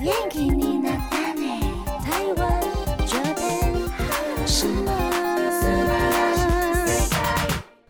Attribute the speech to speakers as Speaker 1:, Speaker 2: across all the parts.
Speaker 1: 元気になったね台湾这边什么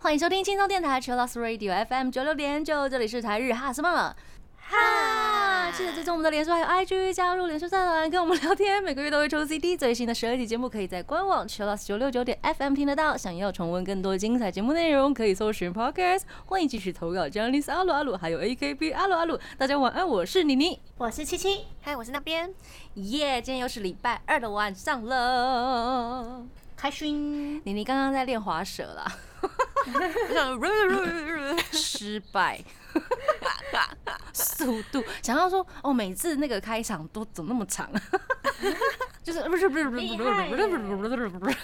Speaker 2: 欢迎收听轻松电台 c h i l l o s Radio FM 九六点九，这里是台日哈什么哈，记得追踪我们的脸书还有 IG，加入脸书社团跟我们聊天，每个月都会抽 CD，最新的十二集节目可以在官网 c h i l l o s 九六九点 FM 听得到。想要重温更多精彩节目内容，可以搜寻 Podcast。欢迎继续投稿 j a n i c e 阿鲁阿鲁，还有 AKB 阿鲁阿鲁。大家晚安，我是妮妮。
Speaker 3: 我是七七，嗨，我是那边，
Speaker 2: 耶今天又是礼拜二的晚上了。
Speaker 3: 开心。
Speaker 2: 妮妮刚刚在练滑舌 啦，
Speaker 3: 我 想，
Speaker 2: 失败，速度想要说哦，每次那个开场都怎么那么长， 就是不是不是不是不是不是不是不是，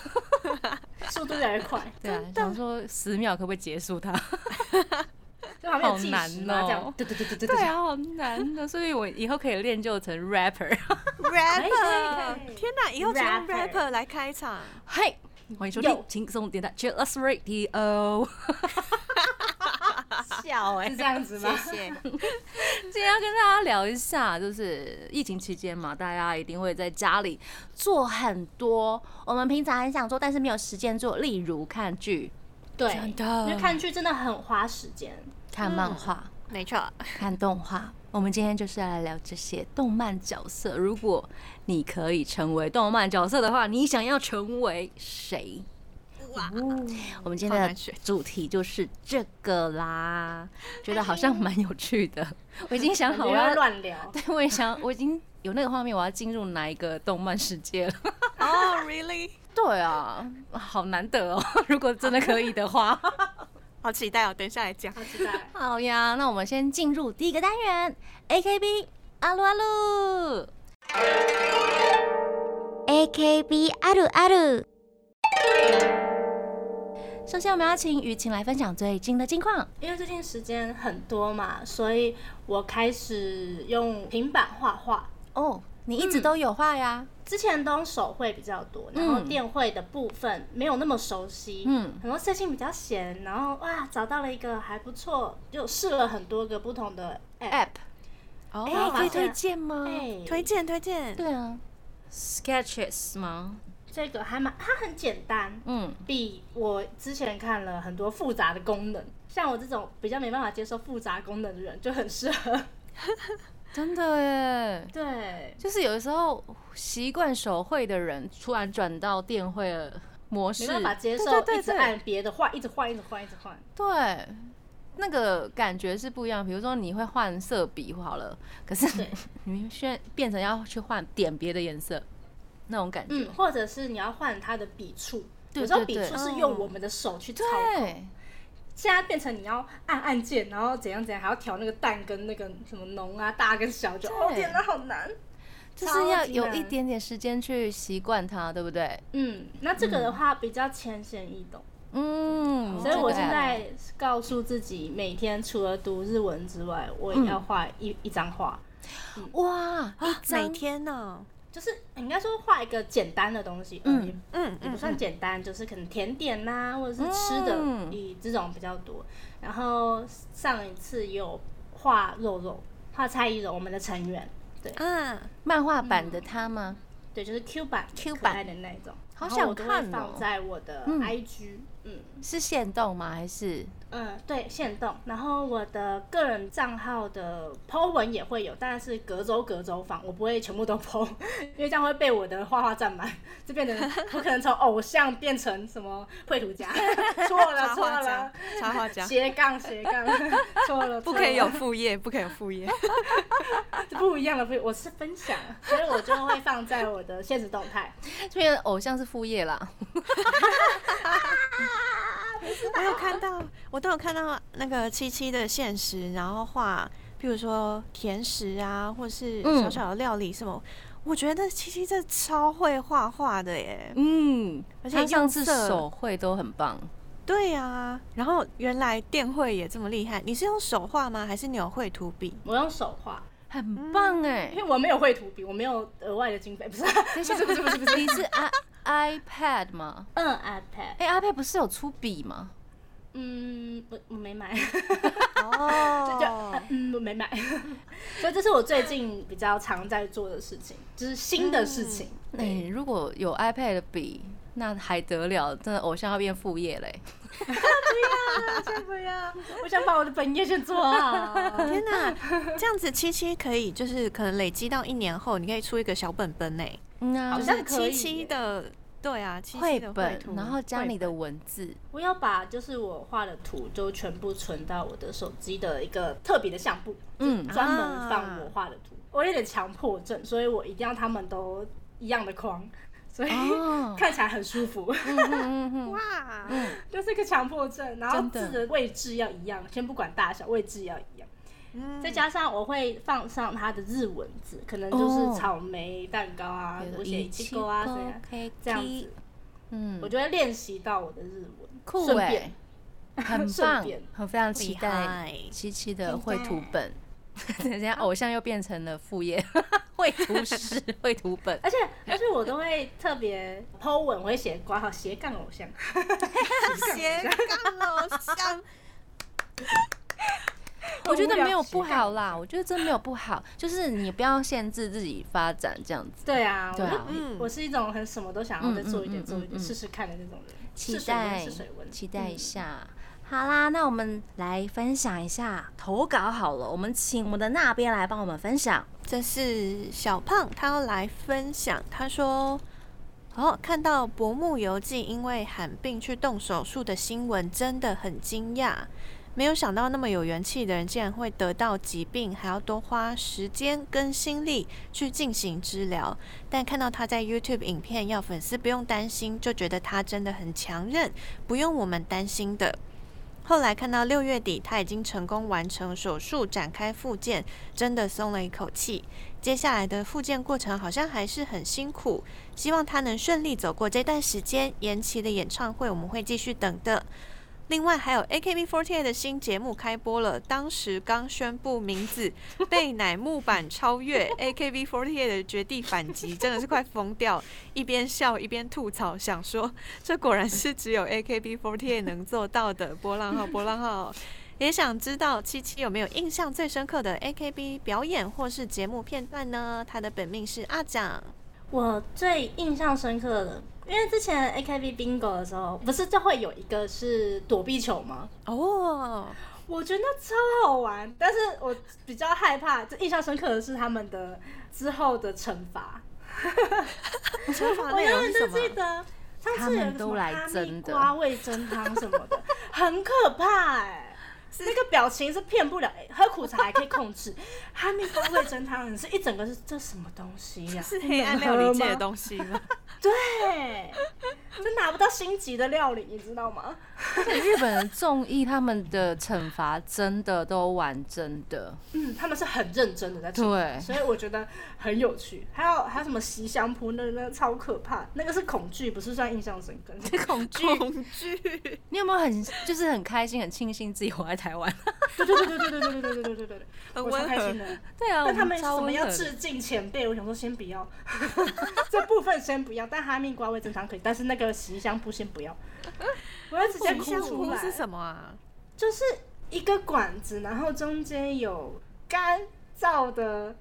Speaker 3: 速度越来越快，
Speaker 2: 对啊，想说十秒可不可以结束它？
Speaker 3: 就旁边有计时嘛，
Speaker 2: 好
Speaker 3: 这
Speaker 2: 难哦
Speaker 3: 样，对对对对对
Speaker 2: 对啊， 好难的，所以我以后可以练就成 rapper。
Speaker 3: 可以可
Speaker 4: rapper，
Speaker 3: 以
Speaker 4: 天哪，以后只用
Speaker 3: Rapper
Speaker 4: rapper 来开场，
Speaker 2: 嗨，欢迎收听
Speaker 3: 有
Speaker 2: 轻松电台 Chillus Radio。
Speaker 4: 笑哎
Speaker 3: 是这样子吗？
Speaker 4: 谢谢。
Speaker 2: 今天要跟大家聊一下，就是疫情期间嘛，大家一定会在家里做很多我们平常很想做但是没有时间做，例如看剧、
Speaker 3: 对，
Speaker 2: 真的
Speaker 3: 因为看剧真的很花时间。
Speaker 2: 看漫画、
Speaker 4: 嗯没错，
Speaker 2: 看动画。我们今天就是要来聊这些动漫角色。如果你可以成为动漫角色的话，你想要成为谁？
Speaker 4: 哇，
Speaker 2: 我们今天
Speaker 4: 好
Speaker 2: 的
Speaker 4: 难选
Speaker 2: 主题就是这个啦，觉得好像
Speaker 4: 哎
Speaker 2: 蛮有趣的。我已经想好
Speaker 3: 不
Speaker 2: 我
Speaker 3: 要
Speaker 2: 要
Speaker 3: 乱聊，
Speaker 2: 对，我也想，我已经有那个画面，我要进入哪一个动漫世 界了？Oh,
Speaker 4: 哦，really，
Speaker 2: 对啊，好难得哦！ 如果真的可以的话，
Speaker 4: 好期待哦，等一下来讲。
Speaker 3: 好期待。
Speaker 2: 好呀，那我们先进入第一个单元，AKB 阿鲁阿鲁。
Speaker 1: AKB あるある
Speaker 2: 首先，我们要请雨晴来分享最近的近况。
Speaker 3: 因为最近时间很多嘛，所以我开始用平板画画。
Speaker 2: 哦，你一直都有画呀？
Speaker 3: 之前都用手绘比较多，然后
Speaker 2: 嗯
Speaker 3: 电绘的部分没有那么熟悉，
Speaker 2: 嗯
Speaker 3: 然后最近比较闲，然后哇，找到了一个还不错，就试了很多个不同的 app，
Speaker 2: 哎、
Speaker 4: 哦，
Speaker 2: 可以推荐吗？
Speaker 3: 哎，
Speaker 4: 推荐推荐，
Speaker 2: 对啊，Sketches 吗？
Speaker 3: 这个还蛮，它很简单，
Speaker 2: 嗯，
Speaker 3: 比我之前看了很多复杂的功能，像我这种比较没办法接受复杂功能的人就很适 合。
Speaker 2: 真的耶。
Speaker 3: 对，
Speaker 2: 就是有的时候习惯手绘的人，突然转到电绘的模式，
Speaker 3: 没办法接受
Speaker 2: 对对对
Speaker 3: 一直
Speaker 2: 对
Speaker 3: 按别的换，一直换，一直换，一直换。
Speaker 2: 对，那个感觉是不一样。比如说你会换色笔好了，可是
Speaker 3: 对
Speaker 2: 你现在变成要去换点别的颜色，那种感觉。
Speaker 3: 嗯，或者是你要换它的笔触，
Speaker 2: 对
Speaker 3: 有时候
Speaker 2: 对
Speaker 3: 笔
Speaker 2: 对
Speaker 3: 触是用我们的手去操控，
Speaker 2: 对，
Speaker 3: 现在变成你要按按键，然后怎样怎样，还要调那个蛋跟那个什么浓啊、大跟小，就哦
Speaker 2: 对
Speaker 3: 天哪，好难。
Speaker 2: 就是要
Speaker 3: 超级
Speaker 2: 有
Speaker 3: 难
Speaker 2: 一点点时间去习惯它，对不对？
Speaker 3: 嗯，那这个的话比较浅显易懂。
Speaker 2: 嗯，
Speaker 3: 所以
Speaker 2: 这
Speaker 3: 我
Speaker 2: 个
Speaker 3: 现
Speaker 2: 呀
Speaker 3: 在告诉自己，每天除了读日文之外，我也要画一、一张画，
Speaker 2: 哇，一
Speaker 3: 啊
Speaker 4: 每
Speaker 2: 张
Speaker 4: 天哦呢，
Speaker 3: 就是应该说画一个简单的东西，
Speaker 2: 嗯
Speaker 3: 嗯，也
Speaker 4: 嗯
Speaker 3: 也不
Speaker 4: 嗯，
Speaker 3: 算简单，就是可能甜点呐、或者是吃的，
Speaker 2: 嗯
Speaker 3: 以这种比较多。然后上一次有画肉肉，画蔡依柔，我们的成员，对
Speaker 4: 嗯，
Speaker 2: 漫画版的它吗？
Speaker 3: 对，就是 Q 版
Speaker 2: Q
Speaker 3: 可
Speaker 2: 版
Speaker 3: 爱的那一种，
Speaker 2: 好
Speaker 3: 然后
Speaker 2: 想
Speaker 3: 我都会
Speaker 2: 看哦
Speaker 3: 放在我的
Speaker 2: 嗯
Speaker 3: IG，嗯
Speaker 2: 是限动吗？还是
Speaker 3: 嗯，对，限动。然后我的个人账号的 Po 文也会有，但是隔周隔周放，我不会全部都 Po，因为这样会被我的画画占满，就 变成我可能从偶像变成什么绘图家，错了
Speaker 4: 插
Speaker 3: 错
Speaker 4: 画
Speaker 3: 了
Speaker 4: 家，，插画家，
Speaker 3: 斜杠斜杠， 错了，
Speaker 4: 不可以有
Speaker 3: 错
Speaker 4: 副业， 不可以有副业。
Speaker 3: 了不一样的，不一，我是分享，所以我就会放在我的现实动态。
Speaker 2: 这边偶像是副业啦？
Speaker 4: 我有看到，我都有看到那个七七的现实，然后画，譬如说甜食啊，或是
Speaker 2: 嗯
Speaker 4: 小小的料理什么。
Speaker 3: 嗯
Speaker 4: 我觉得七七这超会画画的耶，
Speaker 2: 嗯，
Speaker 4: 而且
Speaker 2: 它上
Speaker 4: 用
Speaker 2: 次
Speaker 4: 色
Speaker 2: 手绘都很棒。
Speaker 4: 对啊，然后原来电绘也这么厉害，你是用手画吗？还是你有绘图笔？
Speaker 3: 我用手画，
Speaker 2: 很棒哎、
Speaker 3: 因为我没有绘图笔，我没有额外的经费， 不是，
Speaker 2: 等一下，不是不是不是，你是 i iPad 吗？
Speaker 3: 嗯，iPad，
Speaker 2: 哎、i p a d 不是有出笔吗？
Speaker 3: 嗯，我我没买，
Speaker 4: 哦
Speaker 3: 嗯，没买， 所以这是我最近比较常在做的事情，就是新的事情。
Speaker 2: 哎、如果有 iPad 笔，那还得了？真的偶像要变副业嘞、
Speaker 4: 不要！
Speaker 3: 我想把我的本业先做 好。
Speaker 4: 天哪，这样子七七可以就是可能累积到一年后，你可以出一个小本本呢，
Speaker 2: 嗯啊
Speaker 3: 好
Speaker 4: 就
Speaker 3: 像
Speaker 4: 是
Speaker 3: 可以
Speaker 4: 七七的，对啊，七
Speaker 2: 绘
Speaker 4: 七的
Speaker 2: 本
Speaker 4: 图，
Speaker 2: 然后加
Speaker 4: 绘
Speaker 2: 你的
Speaker 4: 本
Speaker 2: 文字，
Speaker 3: 我要把就是我画的图就全部存到我的手机的一个特别的相簿，
Speaker 2: 嗯，
Speaker 3: 专门
Speaker 4: 啊
Speaker 3: 放我画的图。我有点强迫症，所以我一定要他们都一样的框， 所以、，
Speaker 2: 哦
Speaker 3: 看起来很舒服，
Speaker 2: 嗯嗯嗯嗯，
Speaker 4: 哇，
Speaker 3: 就是个强迫症。然后
Speaker 2: 真的
Speaker 3: 字的位置要一样，先不管大小，位置要一样。
Speaker 4: 嗯
Speaker 3: 再加上我会放上它的日文字，可能就是
Speaker 2: 哦
Speaker 3: 草莓蛋糕啊，
Speaker 2: 比如
Speaker 3: 我
Speaker 2: 说
Speaker 3: 写一七勾啊，
Speaker 2: 一
Speaker 3: 怎
Speaker 2: 七勾
Speaker 3: 样
Speaker 2: K
Speaker 3: 这样
Speaker 2: K，
Speaker 3: 子，
Speaker 2: 嗯
Speaker 3: 我，就会练习到我的日文，
Speaker 2: 酷
Speaker 3: 顺
Speaker 2: 哎
Speaker 3: 便，
Speaker 2: 很
Speaker 3: 顺
Speaker 2: 棒
Speaker 3: 便，
Speaker 2: 很非常期
Speaker 4: 厉
Speaker 2: 待
Speaker 4: 害，
Speaker 2: 七七的绘图本。 等一下，偶像又变成了副业， 绘图师、绘图本。
Speaker 3: 而且而且我都会特别 Po 文，我会写挂号斜杠偶像，
Speaker 4: 斜杠偶像，
Speaker 2: 我觉得
Speaker 3: 很无聊
Speaker 2: 没有不。
Speaker 3: 斜杠
Speaker 2: 好啦，我觉得真没有不好，就是你不要限制自己发展这样子。
Speaker 3: 对啊，
Speaker 2: 对啊
Speaker 3: 我就
Speaker 4: 嗯
Speaker 3: 我是一种很什么都想要再做
Speaker 2: 嗯
Speaker 3: 一
Speaker 2: 嗯
Speaker 3: 点、
Speaker 2: 嗯
Speaker 3: 做一点、
Speaker 2: 嗯嗯
Speaker 3: 试试看的那种人。
Speaker 2: 期
Speaker 3: 试水温
Speaker 2: 待
Speaker 3: 试水温，嗯
Speaker 2: 期待一下。好啦，那我们来分享一下投稿好了，我们请我们的那边来帮我们分享。
Speaker 4: 这是小胖，他要来分享。他说：“哦，看到薄木游记因为罕病去动手术的新闻，真的很惊讶。没有想到那么有元气的人，竟然会得到疾病，还要多花时间跟心力去进行治疗。但看到他在 YouTube 影片要粉丝不用担心，就觉得他真的很强韧，不用我们担心的。”后来看到六月底，他已经成功完成手术，展开复健，真的松了一口气。接下来的复健过程好像还是很辛苦，希望他能顺利走过这段时间。延期的演唱会我们会继续等的。另外还有 AKB48 的新节目开播了，当时刚宣布名字，被乃木坂超越 AKB48 的绝地反击，真的是快疯掉！一边笑一边吐槽，想说这果然是只有 AKB48 能做到的波浪号波浪号。也想知道七七有没有印象最深刻的 AKB 表演或是节目片段呢？他的本命是阿蒋，
Speaker 3: 我最印象深刻的，因为之前 AKB Bingo 的时候，不是就会有一个是躲避球吗？
Speaker 4: 哦，
Speaker 3: 我觉得超好玩，但是我比较害怕，就印象深刻的是他们的之后的惩 罚。
Speaker 4: 我想法
Speaker 3: 我
Speaker 4: 内
Speaker 3: 永
Speaker 4: 容
Speaker 3: 远
Speaker 4: 是什
Speaker 3: 都记
Speaker 4: 么？
Speaker 3: 得，上
Speaker 2: 他
Speaker 3: 次
Speaker 2: 们
Speaker 3: 有个什
Speaker 2: 都
Speaker 3: 么
Speaker 2: 来
Speaker 3: 哈密
Speaker 2: 真的
Speaker 3: 瓜味噌汤什么的，很可怕哎、 那个表情是骗不了、哎喝苦茶还可以控制，哈密瓜味噌汤你是一整个是这什么东西呀、
Speaker 4: 是黑暗料理界的东西 吗？
Speaker 3: 对，就拿不到星级的料理，你知道吗？
Speaker 2: 而且日本的综艺他们的惩罚真的都玩真的，
Speaker 3: 嗯，他们是很认真的在做，
Speaker 2: 对
Speaker 3: 所以我觉得很有趣。还有还有什么洗香扑，那那超可怕，那个是恐惧，不是算印象深刻。
Speaker 2: 这恐惧。
Speaker 4: 恐惧，
Speaker 2: 你有没有很就是很开心、很庆幸自己活在台湾？
Speaker 3: 对对对对对对对对对对对对对，
Speaker 4: 很
Speaker 3: 我超
Speaker 4: 温
Speaker 3: 开
Speaker 4: 和
Speaker 3: 心。的。
Speaker 2: 对啊，我
Speaker 3: 但他们
Speaker 2: 超
Speaker 3: 什么
Speaker 2: 温
Speaker 3: 要
Speaker 2: 和的
Speaker 3: 致敬前辈，我想说先不要， 这部分先不要。但哈密瓜味正常可以，但是那个洗香扑先不要，我要直接
Speaker 4: 红
Speaker 3: 哭
Speaker 4: 香
Speaker 3: 出
Speaker 4: 菇
Speaker 3: 来。
Speaker 4: 是什么啊？
Speaker 3: 就是一个管子，然后中间有干燥的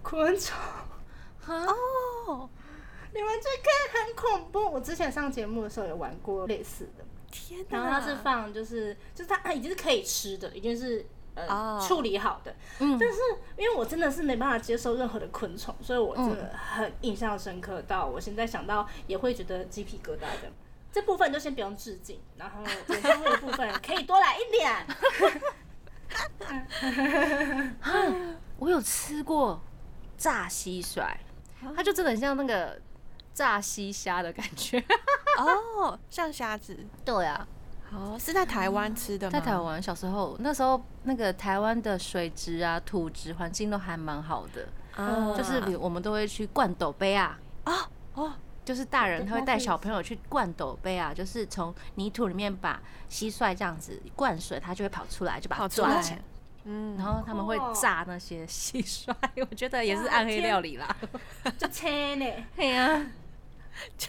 Speaker 3: 昆虫，
Speaker 2: 啊？
Speaker 4: 哦，
Speaker 3: 你们这个很恐怖。我之前上节目的时候有玩过类似的，
Speaker 4: 天哪！
Speaker 3: 然后它是放就是就是它它已经是可以吃的，已经是呃、
Speaker 4: 哦
Speaker 3: 处理好的，
Speaker 2: 嗯
Speaker 3: 但是因为我真的是没办法接受任何的昆虫，所以我真的很印象深刻到我现在想到也会觉得鸡皮疙瘩的。这部分就先不用致敬，然后演唱会的部分可以多来一点。
Speaker 2: 我有吃过炸蟋蟀，它就真的很像那个炸西虾的感觉。
Speaker 4: 哦，像虾子。
Speaker 2: 对啊，
Speaker 4: 哦，是在台湾吃的吗？
Speaker 2: 在台湾小时候，那时候那个台湾的水质啊、土质环境都还蛮好的，
Speaker 3: 哦
Speaker 4: 啊，
Speaker 2: 就是比如我们都会去灌斗杯啊，
Speaker 4: 啊哦，
Speaker 2: 就是大人他会带小朋友去灌斗杯啊，就是从泥土里面把蟋蟀这样子灌水，它就会跑出来，就把它
Speaker 4: 跑出
Speaker 2: 抓
Speaker 4: 来
Speaker 2: 起来。
Speaker 4: 嗯，
Speaker 2: 然后他们会
Speaker 3: 好酷哦
Speaker 2: 炸那些 蟋蟀，我觉得也是暗黑料理啦。 哦
Speaker 3: 就切呢，
Speaker 2: 对呀，
Speaker 4: 就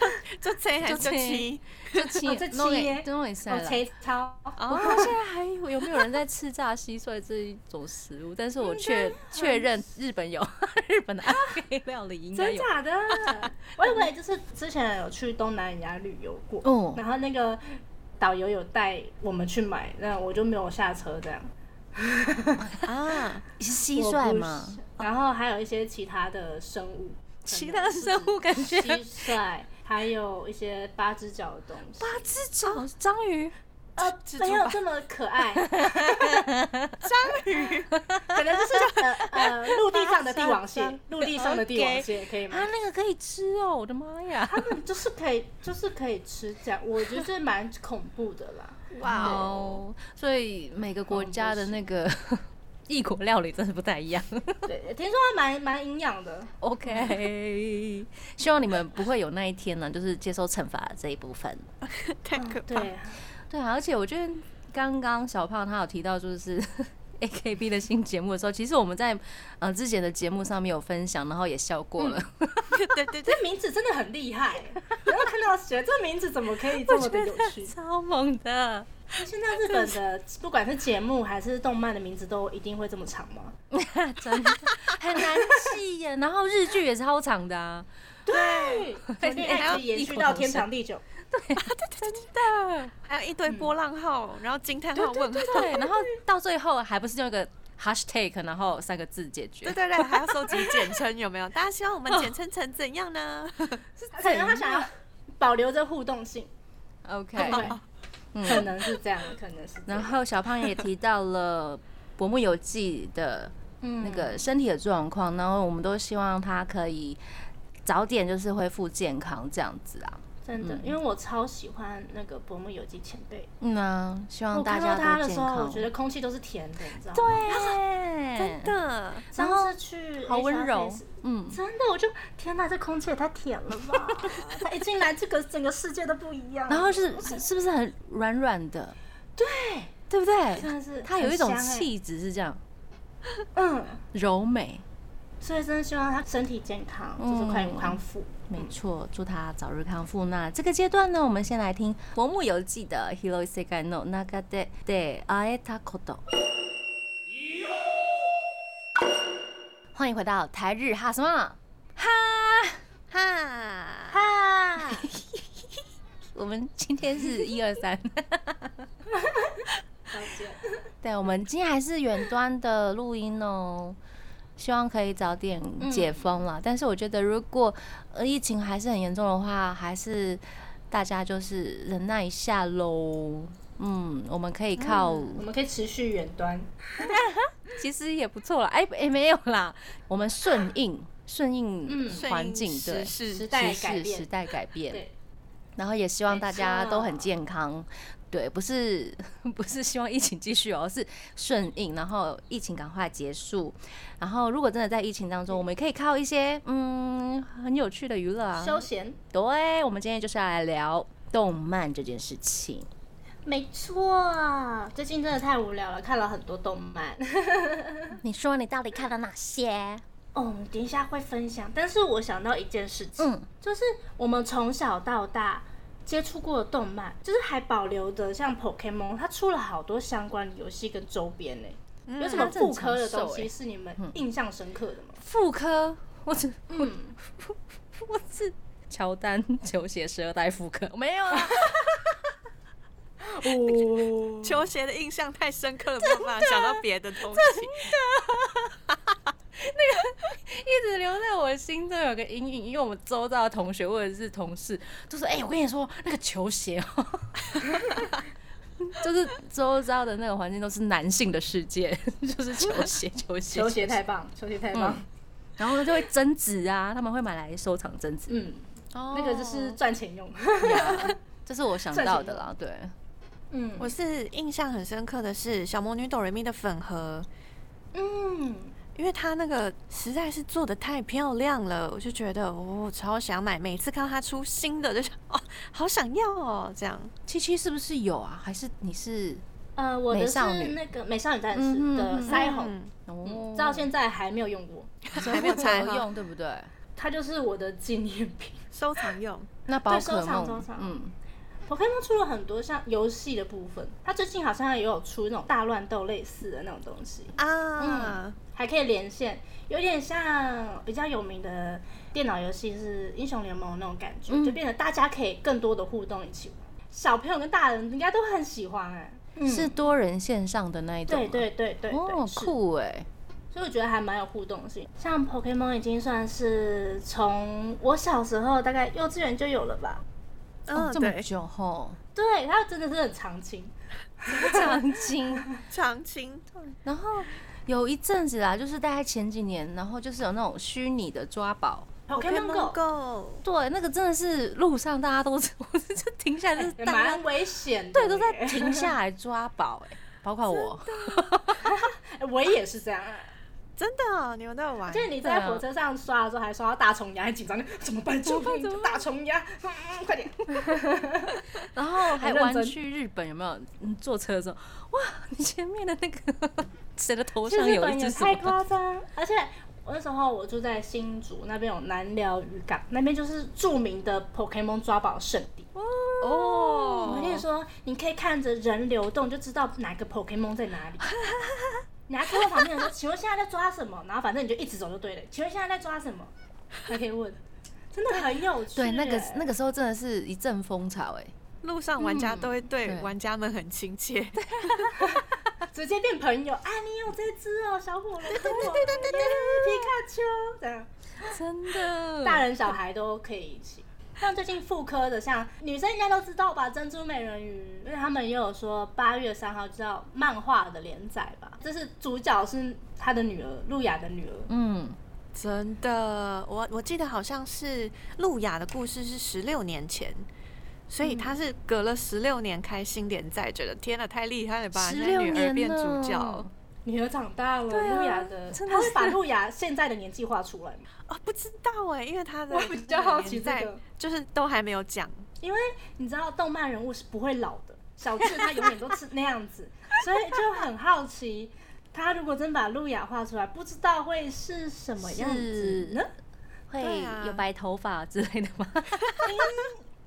Speaker 4: 这还
Speaker 2: 就是
Speaker 4: 就
Speaker 2: 这
Speaker 4: 七，
Speaker 2: 就七
Speaker 3: 哦这七
Speaker 2: 弄
Speaker 3: 耶
Speaker 2: 给弄给塞
Speaker 3: 我
Speaker 2: 了。
Speaker 3: 哦切超，
Speaker 2: 我不知道哦现在还有没有人在吃炸蟋蟀这一种食物，但是我确确认日本有， 日本的暗黑料理应该
Speaker 3: 真
Speaker 2: 有。
Speaker 3: 假的？ 我以为就是之前有去东南亚旅游过，
Speaker 2: 哦
Speaker 3: 然后那个导游有带我们去买，那我就没有下车这样。
Speaker 4: 啊，
Speaker 2: 是 蟋
Speaker 3: 我不
Speaker 2: 蟀吗？
Speaker 3: 是？然后还有一些其他的生物，
Speaker 2: 其他的生物感觉
Speaker 3: 可能是蟋蟀，还有一些八只脚的东西。
Speaker 2: 八只脚哦章鱼，
Speaker 3: 呃
Speaker 4: 蜘，蛛
Speaker 3: 没有
Speaker 4: 吧
Speaker 3: 这么可爱。章 鱼，可能就是呃呃陆地上的帝 王
Speaker 4: 八
Speaker 3: 蟹
Speaker 4: 三，
Speaker 3: 陆地上的帝王蟹可以吗
Speaker 2: 啊，？那个可以吃哦！我的妈呀！
Speaker 3: 他们就是可以，就是可以吃这样，我觉得这蛮恐怖的啦。
Speaker 4: 哇哦，
Speaker 2: 哦，所以每个国家的那个 异国料理真是不太一样。
Speaker 3: 对，听说还蛮蛮营养的。
Speaker 2: OK，希 望你们不会有那一天呢，就是接受惩罚的这一部分。
Speaker 4: 太可怕了，
Speaker 3: 对，
Speaker 2: 对啊，而且我觉得刚刚小胖他有提到，就是 A K B 的新节目的时候，其实我们在呃之前的节目上面有分享，然后也笑过了。？
Speaker 3: 嗯
Speaker 4: 对对对，
Speaker 3: 这名字真的很厉害，然后看到觉得这名字怎么可以这么的有 趣
Speaker 2: 超猛的，
Speaker 3: 现在日本的不管是节目还是动漫的名字都一定会这么长吗？啊
Speaker 2: 真的 很难记耶。然后日剧也超长的啊，
Speaker 3: 对，从恋爱期延续到天长地久。
Speaker 4: 还有一堆波浪号，然后惊叹号问号，
Speaker 2: 对，然后到最后还不是用一个 hashtag，然后三个字解决
Speaker 4: 对。对对，还要收集简称有没有？大家希望我们简称成怎样 呢？
Speaker 3: 可能他想要保留着互动性，对
Speaker 2: OK，
Speaker 3: 不对，
Speaker 2: 嗯
Speaker 3: 可能是这样，可能是这
Speaker 2: 然
Speaker 3: 样。
Speaker 2: 后小胖也提到了《薄暮游记》的
Speaker 3: 嗯
Speaker 2: 那个身体的状况，然后我们都希望他可以早点就是恢复健康这样子啊。
Speaker 3: 真的，因为我超喜欢那个《薄暮游记》前辈，
Speaker 2: 嗯啊，希望
Speaker 3: 我
Speaker 2: 大
Speaker 3: 看
Speaker 2: 家
Speaker 3: 到他
Speaker 2: 都
Speaker 3: 的
Speaker 2: 健
Speaker 3: 时候，
Speaker 2: 康。
Speaker 3: 我觉得空气都是甜的，你知道吗？
Speaker 2: 对，
Speaker 4: 真，的，
Speaker 2: 然
Speaker 3: 上
Speaker 2: 后
Speaker 3: 次去
Speaker 2: 好温
Speaker 3: HR
Speaker 2: 柔
Speaker 3: Face，，
Speaker 2: 嗯，
Speaker 3: 真的，我就天哪，这空气也太甜了 吧！他一进来，这个整个世界都不一样。
Speaker 2: 然后是是是不是很软软的？
Speaker 3: 对，
Speaker 2: 对不
Speaker 3: 真
Speaker 2: 对？
Speaker 3: 的是
Speaker 2: 它有一种
Speaker 3: 很香欸，
Speaker 2: 气质是这样
Speaker 3: 嗯，
Speaker 2: 柔美，
Speaker 3: 所以真的希望他身体健康，
Speaker 2: 嗯
Speaker 3: 就是快点康复。嗯
Speaker 2: 没错，祝他早日康复。那这个阶段呢，我们先来听《薄暮游记》的《広い世界の中でで会えたこと》。欢迎回到台日哈什么哈？
Speaker 4: 哈，
Speaker 3: 哈，
Speaker 2: 我们今天是一二三，对，我们今天还是远端的录音哦。希望可以早点解封
Speaker 3: 嗯
Speaker 2: 了，但是我觉得如果呃疫情还是很严重的话，还是大家就是忍耐一下喽。嗯，我们可以靠
Speaker 3: 我们可以持续远端，
Speaker 2: 其实也不错啦，哎、哎、没有啦，我们顺应顺应
Speaker 3: 嗯
Speaker 2: 环境，对，
Speaker 4: 是
Speaker 3: 时代
Speaker 2: 时
Speaker 3: 改
Speaker 2: 事
Speaker 3: 变
Speaker 2: 时代改变，
Speaker 3: 对，
Speaker 2: 然后也希望
Speaker 3: 没
Speaker 2: 大家都很
Speaker 3: 错
Speaker 2: 健康，对，不是 不是希望疫情继续哦、是顺应，然后疫情赶快结束，然后如果真的在疫情当中，我们也可以靠一些嗯很有趣的娱乐啊，
Speaker 3: 休闲，
Speaker 2: 对，我们今天就是要来聊动漫这件事情，
Speaker 3: 没错。最近真的太无聊了，看了很多动漫。
Speaker 2: 你说你到底看了哪些？
Speaker 3: 哦，我们等一下会分享。但是我想到一件事情，
Speaker 2: 嗯
Speaker 3: 就是我们从小到大接触过的动漫，就是还保留的像 Pokemon，它出了好多相关的游戏跟周边呢、有什
Speaker 2: 嗯
Speaker 3: 么
Speaker 2: 它真的
Speaker 3: 妇科的
Speaker 2: 长寿
Speaker 3: 东
Speaker 2: 欸
Speaker 3: 西是你们印象深刻的吗？
Speaker 2: 妇科， 我只
Speaker 3: 嗯，
Speaker 2: 我是乔丹 球鞋十二代复刻，没有啦，
Speaker 3: 哦，
Speaker 4: 球鞋的印象太深刻了，没有办法想到别的东西。
Speaker 2: 一直留在我心中有个阴影，因为我们周遭的同学或者是同事都说：“哎、我跟你说，那个球鞋哦、 就是周遭的那个环境都是男性的世界， 就是球 鞋，球鞋，
Speaker 3: 球鞋 太棒，球鞋太棒，
Speaker 2: 然后就会增值啊，他们会买来收藏增值，
Speaker 3: 嗯，
Speaker 4: 那
Speaker 3: 那个就是
Speaker 2: 哦
Speaker 3: 赚钱用，
Speaker 2: 啊 这是我想到的啦，对，
Speaker 3: 嗯
Speaker 4: 我是印象很深刻的是小魔女哆瑞咪的粉盒，
Speaker 3: 嗯，
Speaker 4: 因为它那个实在是做的太漂亮了，我就觉得哦、超想买，每次看到它出新的就想 哦好想要哦这样。
Speaker 2: 七七是不是有啊？还是你是
Speaker 3: 呃，我的
Speaker 2: 美少
Speaker 3: 是
Speaker 2: 女
Speaker 3: 那个美少女战士
Speaker 2: 嗯嗯
Speaker 3: 的
Speaker 2: 嗯
Speaker 3: 腮红，
Speaker 4: 嗯，
Speaker 2: 哦
Speaker 3: 到现在还没有用过，
Speaker 4: 还没有拆
Speaker 2: 有
Speaker 4: 哈，
Speaker 2: 用，对不对？
Speaker 3: 它就是我的纪念品。
Speaker 4: 收藏用。
Speaker 2: 那宝
Speaker 3: 收
Speaker 2: 可
Speaker 3: 藏收
Speaker 2: 梦
Speaker 3: 藏，
Speaker 2: 嗯，
Speaker 3: Pokemon 出了很多像游戏的部分，它最近好像也有出那种大乱斗类似的那种东西，
Speaker 4: 啊，
Speaker 3: 还可以连线，有点像比较有名的电脑游戏是英雄联盟那种感觉，
Speaker 2: 嗯
Speaker 3: 就变得大家可以更多的互动一起玩，小朋友跟大人应该都很喜欢哎、嗯
Speaker 2: 是，多人线上的那一种吗，
Speaker 3: 对对对对对，
Speaker 2: 哦，
Speaker 3: 是
Speaker 2: 酷哎，
Speaker 3: 所以我觉得还蛮有互动性。像 Pokemon 已经算是从我小时候大概幼稚园就有了吧，
Speaker 2: 哦，
Speaker 4: 嗯，
Speaker 2: 这么
Speaker 4: 对，
Speaker 2: 久 吼，
Speaker 3: 对，它真的是很常青，
Speaker 2: 奖金。
Speaker 4: 长青，
Speaker 3: 哦
Speaker 2: 然后有一阵子啦，就是大概前几年，然后就是有那种虚拟的抓宝，
Speaker 3: Pokemon Go。
Speaker 4: Go，
Speaker 2: 对，那个真的是路上大家都是，我就停下来，就是
Speaker 3: 也
Speaker 2: 大家
Speaker 3: 蛮危险的耶，
Speaker 2: 对都在停下来抓宝，哎，包括我，
Speaker 3: 哎 我也是这样，
Speaker 4: 真的哦，你们都有玩
Speaker 3: 就？是你在火车上刷的时候，还刷到大虫牙，很紧张，啊怎么办？救命！大虫牙，嗯嗯，快点！
Speaker 2: 然后还
Speaker 3: 很认
Speaker 2: 玩
Speaker 3: 真
Speaker 2: 去日本有没有？你坐车的时候，哇，你前面的那个 谁的头
Speaker 3: 去
Speaker 2: 上
Speaker 3: 日
Speaker 2: 有
Speaker 3: 本
Speaker 2: 一
Speaker 3: 也
Speaker 2: 只什
Speaker 3: 太
Speaker 2: 么？
Speaker 3: 夸张，而且我那时候我住在新竹那边有南寮渔港，那边就是著名的 Pokemon 抓宝圣地。我
Speaker 2: 哦
Speaker 3: 跟你说，你可以看着人流动就知道哪个 Pokemon 在哪里。你还看到旁边人说：“ 请问现在在抓什么？”然后反正你就一直走就对了。请问现在在抓什么？还可以问，真的很有趣
Speaker 2: 对，
Speaker 3: 耶。
Speaker 2: 那个那个时候真的是一阵风潮，哎，
Speaker 4: 路上玩家都会对
Speaker 2: 对
Speaker 4: 玩家们很亲切，
Speaker 3: 直接变朋友啊！你有这只哦，小火龙，对对对对对对，皮卡丘，这样
Speaker 2: 真的
Speaker 3: 大人小孩都可以一起。像最近妇科的，像女生应该都知道吧，《珍珠美人鱼》，因为他们也有说八月三号就要漫画的连载吧。这是主角是他的女儿露雅的女儿，
Speaker 2: 嗯，
Speaker 4: 真的，我我记得好像是路雅的故事是十六年前，所以他是隔了十六年开新连载，觉得天哪，太厉害了吧！
Speaker 2: 十
Speaker 4: 现在
Speaker 2: 六
Speaker 4: 女儿
Speaker 2: 年
Speaker 4: 变主
Speaker 2: 了
Speaker 4: 角哦
Speaker 3: 女儿长大了，
Speaker 2: 对啊
Speaker 3: 露雅的，
Speaker 2: 真的
Speaker 3: 他会把
Speaker 2: 是
Speaker 3: 露雅现在的年纪画出来吗？
Speaker 4: 哦，不知道哎，因为他的
Speaker 3: 我比较好奇这
Speaker 4: 在
Speaker 3: 个
Speaker 4: 就是都还没有讲，
Speaker 3: 因为你知道动漫人物是不会老的，小智他永远都是那样子， 所以就很好奇，他如果真把路亚画出来，不知道会是什么样子呢？
Speaker 2: 会
Speaker 4: 对啊
Speaker 2: 有白头发之类的 吗？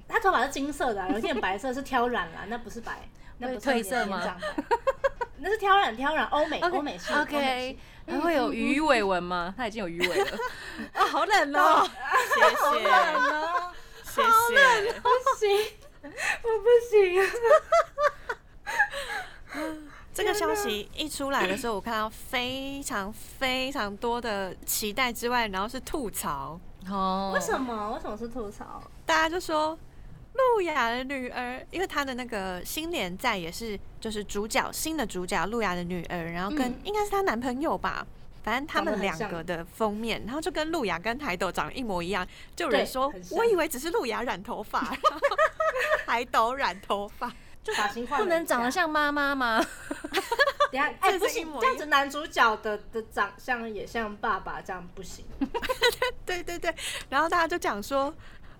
Speaker 3: 他头发是金色的啊、有点白色是挑染啦，那不是白，那不是
Speaker 2: 褪色吗哦
Speaker 3: 年长白？那是挑染，挑染欧 美，欧美系欧美
Speaker 2: OK，嗯
Speaker 3: 系
Speaker 2: 还会有鱼尾纹吗？它已经有鱼尾了啊，好冷 哦！
Speaker 4: 谢谢
Speaker 3: 啊，
Speaker 4: 谢谢，
Speaker 3: 不行，我不行啊！
Speaker 4: 这个消息一出来的时候，我看到非常非常多的期待之外，然后是吐槽，
Speaker 2: 哦，
Speaker 3: 为什么？为什么是吐槽？
Speaker 4: 大家就说路雅的女儿，因为她的那个新连载也是就是主角新的主角路雅的女儿，然后跟、
Speaker 3: 嗯
Speaker 4: 应该是她男朋友吧。反正他
Speaker 3: 长
Speaker 4: 们
Speaker 3: 得
Speaker 4: 两
Speaker 3: 很像
Speaker 4: 个的封面，然后就跟路雅跟海斗长得一模一样，就有人
Speaker 3: 对
Speaker 4: 说
Speaker 3: 很，像
Speaker 4: 我以为只是路雅染头发，然后 海斗染头发，
Speaker 3: 就发型
Speaker 2: 不
Speaker 3: 换了一下
Speaker 2: 能长得像妈妈吗？
Speaker 3: 等一下，哎、
Speaker 4: 这
Speaker 3: 不
Speaker 4: 是一
Speaker 3: 行，
Speaker 4: 模一样
Speaker 3: 这样子男主角的的长相也像爸爸，这样不行。
Speaker 4: 对对对，然后大家就讲说，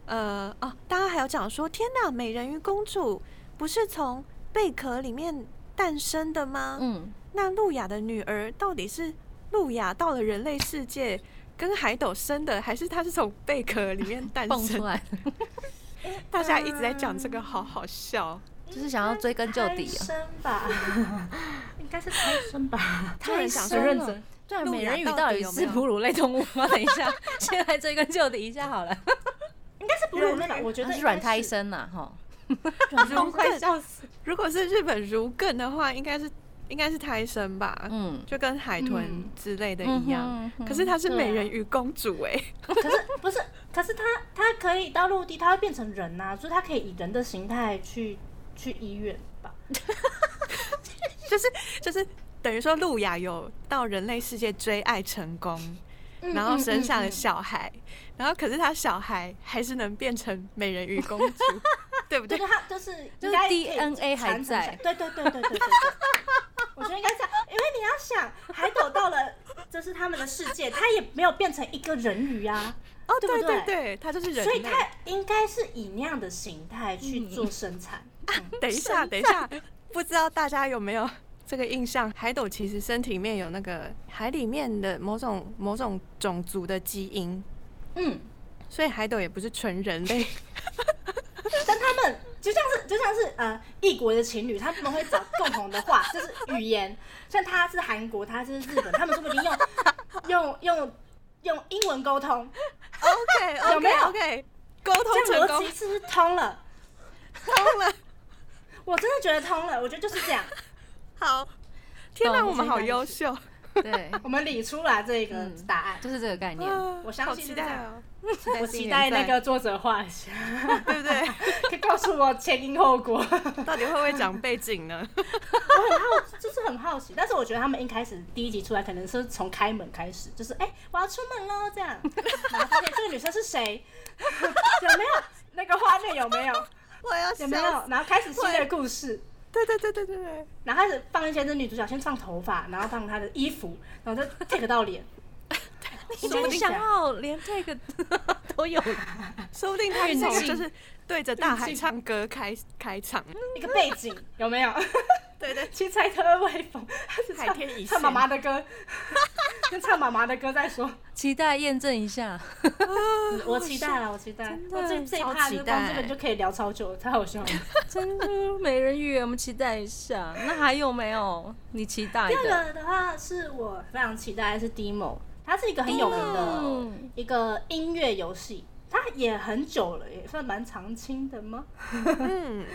Speaker 4: 呃哦，大家还有讲说，天哪，美人鱼公主不是从贝壳里面诞生的吗？
Speaker 2: 嗯，
Speaker 4: 那路亚的女儿到底是路亚到了人类世界跟海斗生的，还是她是从贝壳里面诞
Speaker 2: 蹦出
Speaker 4: 生？
Speaker 2: 来，
Speaker 4: 大家一直在讲这个，好好笑。哦
Speaker 2: 就是想要追根究底
Speaker 3: 胎
Speaker 2: 啊！
Speaker 3: 生吧， 应该是胎生吧。
Speaker 4: 有人想说
Speaker 2: 太深
Speaker 3: 认
Speaker 2: 了
Speaker 3: 真。
Speaker 2: 对啊，
Speaker 4: 路
Speaker 2: 美
Speaker 4: 亚
Speaker 2: 人鱼
Speaker 4: 到
Speaker 2: 到
Speaker 4: 底
Speaker 2: 底
Speaker 4: 有没
Speaker 2: 是
Speaker 4: 有
Speaker 2: 哺乳类动物吗？等一 下，先来追根究底一下好了。
Speaker 3: 应该是哺乳类吧？我觉
Speaker 2: 它
Speaker 3: 得
Speaker 2: 是软胎
Speaker 3: 应该是，
Speaker 2: 生呐，哈，
Speaker 3: 软胎生快笑死。
Speaker 4: 如果是日本如更的话，应该是应该是胎生吧，
Speaker 2: 嗯，
Speaker 4: 就跟海豚
Speaker 3: 嗯
Speaker 4: 之类的一样。
Speaker 2: 嗯哼嗯
Speaker 4: 可是她是
Speaker 3: 对
Speaker 4: 美
Speaker 3: 啊
Speaker 4: 人鱼公主哎、
Speaker 3: 可是不是？可是他他可以到陆地，他会变成人呐、所以他可以以人的形态去去医院吧。
Speaker 4: 就是就是等于说路亚有到人类世界追爱成功，
Speaker 3: 嗯
Speaker 4: 然后生下了
Speaker 3: 嗯嗯嗯
Speaker 4: 小孩，然后可是他小孩还是能变成美人鱼 公主，对不
Speaker 3: 对啊对，
Speaker 4: 对？
Speaker 3: 他就是
Speaker 2: 就是
Speaker 3: 应该可以
Speaker 2: DNA 还
Speaker 3: 传承
Speaker 2: 在
Speaker 3: 下来对对对对对对对。我觉得应该这样，因为你要想，海斗到了 就是他们的世界，他也没有变成一个人鱼啊，
Speaker 4: 哦，
Speaker 3: 对不
Speaker 4: 对
Speaker 3: 对
Speaker 4: 对对，他就是人
Speaker 3: 所以
Speaker 4: 类。
Speaker 3: 他应该是以那样的形态去做生产。嗯
Speaker 4: 啊等一下，等一下，不知道大家有没有这个印象？海斗其实身体里面有那个海里面的某种某种种族的基因，
Speaker 3: 嗯，
Speaker 4: 所以海斗也不是纯人类，
Speaker 3: 但他们就像是就像是呃异国的情侣，他们会找共同的话，就是语言。像他是韩国，他是日本，他们说不定用 用用用英文沟通，
Speaker 4: OK OK
Speaker 3: 有没有
Speaker 4: OK，沟通
Speaker 3: 这
Speaker 4: 成
Speaker 3: 样
Speaker 4: 功
Speaker 3: 逻辑是不是通了？
Speaker 4: 通了，
Speaker 3: 我真的觉得通了，我觉得就是这样，
Speaker 4: 好，天哪，
Speaker 2: 懂
Speaker 4: 我们好
Speaker 3: 这个
Speaker 4: 优秀，
Speaker 2: 对，
Speaker 3: 我们理出来这个
Speaker 2: 嗯
Speaker 3: 答案。
Speaker 2: 就是这个概 念。
Speaker 4: 啊
Speaker 3: 我相
Speaker 4: 好
Speaker 3: 信
Speaker 4: 期
Speaker 3: 是
Speaker 4: 待
Speaker 3: 这
Speaker 4: 哦，
Speaker 3: 我
Speaker 4: 新
Speaker 3: 期
Speaker 4: 年
Speaker 3: 待那
Speaker 4: 再
Speaker 3: 个作者画一下，
Speaker 4: 对不对？
Speaker 3: 可以告诉我前因后果。
Speaker 4: 到底会不会长背 景呢？
Speaker 3: 我很好，就是很好奇。但是我觉得他们一开始第一集出来，可能是从开门开始，就是哎、我要出门喽这 样。然后发现这个女生是谁， 有没有那个画面有没有
Speaker 4: 我要笑
Speaker 3: 有没有
Speaker 4: 死，？
Speaker 3: 然后开始新的故事，
Speaker 4: 对对对对对对，
Speaker 3: 然后开始放一些这女主角先放头发，然后放她的衣服，然后再 take 到 脸。啊
Speaker 2: 你
Speaker 3: 说不
Speaker 2: 真
Speaker 3: 定
Speaker 2: 想要连这个 都有，
Speaker 4: 说不定他
Speaker 3: 运
Speaker 4: 从
Speaker 3: 镜
Speaker 4: 就是对着大海
Speaker 3: 运镜
Speaker 4: 唱歌开开场，
Speaker 3: 一个背景有 没有？
Speaker 4: 对对，
Speaker 3: 七彩特微风，她是
Speaker 4: 海
Speaker 3: 唱
Speaker 4: 天一
Speaker 3: 唱
Speaker 4: 线
Speaker 3: 妈妈的 歌，先唱妈妈的歌再说。
Speaker 2: 期待验证一下。
Speaker 3: 我期待了，我期待。
Speaker 2: 真的
Speaker 3: 我这这一
Speaker 4: 超
Speaker 3: 趴
Speaker 4: 期
Speaker 3: 就是光这个
Speaker 4: 待
Speaker 3: 就可以聊超久了，太好笑了。
Speaker 2: 真的美人鱼，我们期待一下。那还有没有你期待
Speaker 3: 第二
Speaker 2: 的？
Speaker 3: 个的话是我非常期待的是 Demo，它是一个很有名的
Speaker 2: Demo
Speaker 3: 一个音乐游戏，它也很久了，也算蛮常青的吗？
Speaker 4: 嗯，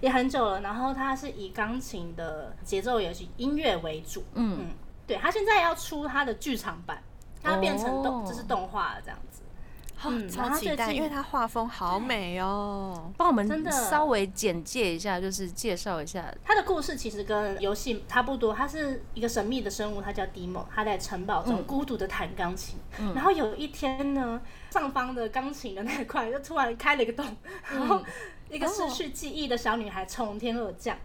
Speaker 3: 也很久了。然后它是以钢琴的节奏游戏音乐为主，
Speaker 2: 嗯，
Speaker 3: 嗯，对，它现在要出它的剧场版，它变成动、
Speaker 2: 哦
Speaker 3: 就是动画了这样子。
Speaker 4: 好
Speaker 3: 嗯然
Speaker 4: 超
Speaker 3: 后
Speaker 4: 期
Speaker 3: 最
Speaker 4: 待，
Speaker 3: 近
Speaker 4: 因为他画风好美哦，
Speaker 2: 帮我们
Speaker 3: 真的
Speaker 2: 稍微简介一下，就是介绍一下。
Speaker 3: 它的故事其实跟游戏差不多，它是一个神秘的生物，它叫 Demo，它在城堡中
Speaker 2: 嗯
Speaker 3: 孤独的弹钢琴。然后有一天呢，上方的钢琴的那一块就突然开了一个洞，
Speaker 2: 嗯
Speaker 3: 然后一个失去记忆的小女孩从天而降。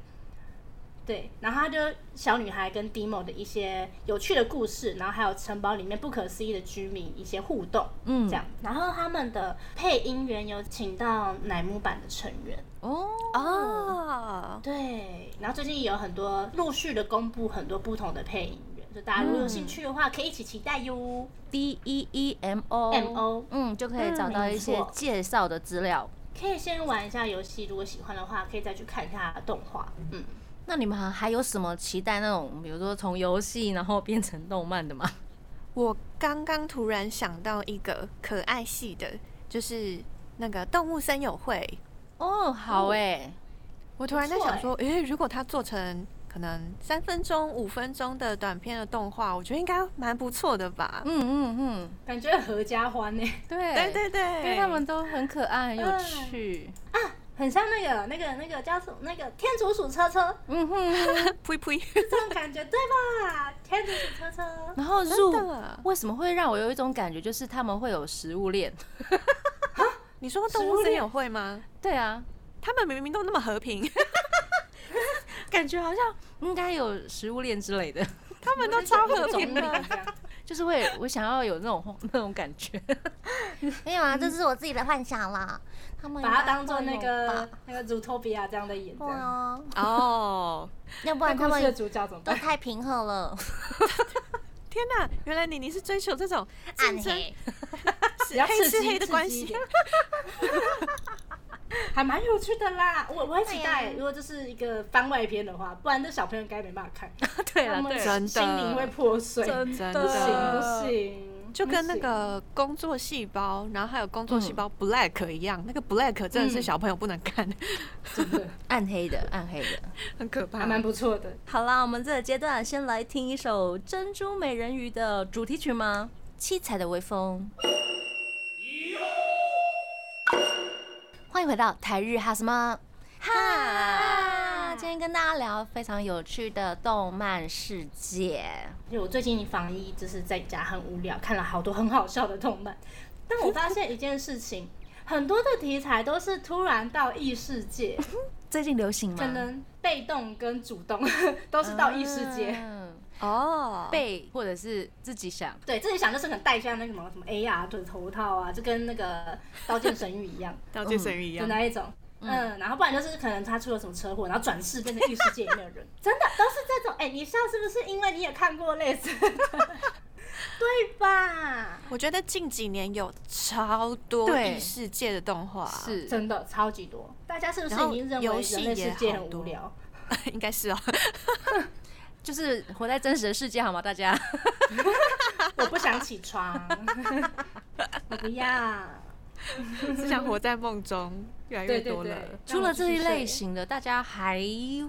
Speaker 3: 对，然后她就小女孩跟 Demo 的一些有趣的故事，然后还有城堡里面不可思议的居民一些互动，
Speaker 2: 嗯
Speaker 3: 这样。然后他们的配音员有请到乃木坂的成员，
Speaker 2: 哦
Speaker 4: 哦，
Speaker 3: 对，然后最近也有很多陆续的公布很多不同的配音员，就大家如果有兴趣的话，可以一起期待哟。
Speaker 2: ，D E E M O
Speaker 3: M O
Speaker 2: 嗯，就可以找到一
Speaker 3: 嗯
Speaker 2: 些
Speaker 3: 没错
Speaker 2: 介绍的资料。
Speaker 3: 可以先玩一下游戏，如果喜欢的话，可以再去看一下动画。嗯，
Speaker 2: 那你们还还有什么期待那种，比如说从游戏然后变成动漫的吗？
Speaker 4: 我刚刚突然想到一个可爱系的，就是那个动物森友会。
Speaker 2: 哦，好
Speaker 3: 欸
Speaker 2: 哎，
Speaker 4: 我突然在想说，诶、如果它做成可能三分钟、五分钟的短片的动画，我觉得应该蛮不错的吧。
Speaker 2: 嗯嗯嗯，
Speaker 3: 感觉合家欢呢、
Speaker 2: 对
Speaker 4: 对对对，
Speaker 2: 因为他们都很可爱，很有
Speaker 3: 嗯
Speaker 2: 趣。
Speaker 3: 很像那个那个那个叫什么那个天竺鼠车车
Speaker 2: 嗯哼，
Speaker 4: 呸呸，
Speaker 3: 这种感觉对吧？天竺鼠车车，
Speaker 2: 然后
Speaker 4: 真
Speaker 2: 入
Speaker 4: 的，
Speaker 2: 为什么会让我有一种感觉，就是他们会有食物链？
Speaker 4: 你说动物森友会吗？
Speaker 2: 对啊，
Speaker 4: 他们明明都那么和平，
Speaker 2: 感觉好像应该有食物链之类的，
Speaker 4: 他们都超和
Speaker 3: 总理
Speaker 4: 平
Speaker 3: 这
Speaker 4: 的。
Speaker 3: 样。
Speaker 2: 就是会我想要有那种那种感觉。
Speaker 1: 没有
Speaker 4: 嗯
Speaker 1: 啊，这是我自己的幻想啦。他们
Speaker 3: 把它当做
Speaker 1: 应该
Speaker 3: 那
Speaker 1: 会有
Speaker 3: 个
Speaker 1: 吧
Speaker 3: 那个 Zootopia 这样的演，这
Speaker 1: 对
Speaker 3: 样
Speaker 1: 啊，
Speaker 4: 哦，
Speaker 1: 要不然他
Speaker 3: 那故事的
Speaker 1: 们
Speaker 3: 主角怎么
Speaker 1: 都
Speaker 3: 办？
Speaker 1: 太平和了，
Speaker 4: 天哪，原来你你是追求这种
Speaker 1: 暗
Speaker 4: 竞争
Speaker 1: 黑。
Speaker 3: 比较
Speaker 4: 黑
Speaker 3: 刺
Speaker 4: 吃
Speaker 3: 激
Speaker 4: 黑的
Speaker 3: 刺
Speaker 4: 关
Speaker 3: 激一
Speaker 4: 系
Speaker 3: 点， 还蛮有趣的啦。我我会期
Speaker 1: 对
Speaker 3: 待，
Speaker 1: 啊
Speaker 3: 如果这是一个番外篇的话，不然这小朋友应该没办法看，
Speaker 2: 对
Speaker 3: 他
Speaker 2: 了，
Speaker 3: 们
Speaker 2: 对
Speaker 4: 真
Speaker 2: 了，
Speaker 4: 的
Speaker 3: 心灵会破碎，
Speaker 2: 真
Speaker 4: 真
Speaker 3: 不行不
Speaker 4: 的
Speaker 2: 的。
Speaker 3: 行，
Speaker 4: 就跟那
Speaker 3: 不行
Speaker 4: 个工作细胞，然后还有工作细胞 Black 一样，那个 Black 真的是
Speaker 3: 嗯
Speaker 4: 小朋友不能看，
Speaker 3: 真的
Speaker 4: 嗯
Speaker 2: 暗黑的，暗黑的。
Speaker 4: 很可怕
Speaker 3: 还。蛮不错的。
Speaker 2: 好啦，我们这个阶段先来听一首《珍珠美人鱼》的主题曲吗？七彩的微风。欢迎回到台日哈什么哈？今天跟大家聊非常有趣的动漫世界。
Speaker 3: 就我最近防疫就是在家很无聊，看了好多很好笑的动漫，但我发现一件事情，很多的题材都是突然到异世 界，
Speaker 2: 最近流行吗？
Speaker 3: 可能被动跟主动 都是到异世界。
Speaker 2: 嗯
Speaker 4: 哦，
Speaker 2: 背或者是自己想。
Speaker 3: 对，自己想就是很带一下那个什么什么 AR 的头套啊，就跟那个《刀剑神域》一样
Speaker 4: 刀剑神域一
Speaker 3: 的
Speaker 4: 样，
Speaker 3: 那一种。嗯，然后不然就是可能他出了什么车祸，然后转世变成异世界里面的人，真的都是 这种。哎、你笑是不是因为你也看过类似的？对吧？
Speaker 4: 我我觉得近几年有超多
Speaker 2: 对
Speaker 4: 异世界的动画，
Speaker 2: 是
Speaker 3: 真的超级多。大家是不是
Speaker 4: 然后
Speaker 3: 已经认为
Speaker 4: 游戏
Speaker 3: 人类
Speaker 4: 也
Speaker 3: 世界
Speaker 4: 好
Speaker 3: 很
Speaker 4: 多
Speaker 3: 无聊？
Speaker 4: 应该是哦。
Speaker 2: 就是活在真实的世界好吗？大家
Speaker 3: 我不想起床，我不要。
Speaker 4: 只想活在梦中，越来越
Speaker 3: 对对
Speaker 4: 多了。
Speaker 3: 对，
Speaker 2: 除了这一
Speaker 3: 让我继
Speaker 2: 类
Speaker 3: 续睡，
Speaker 2: 型的，大家还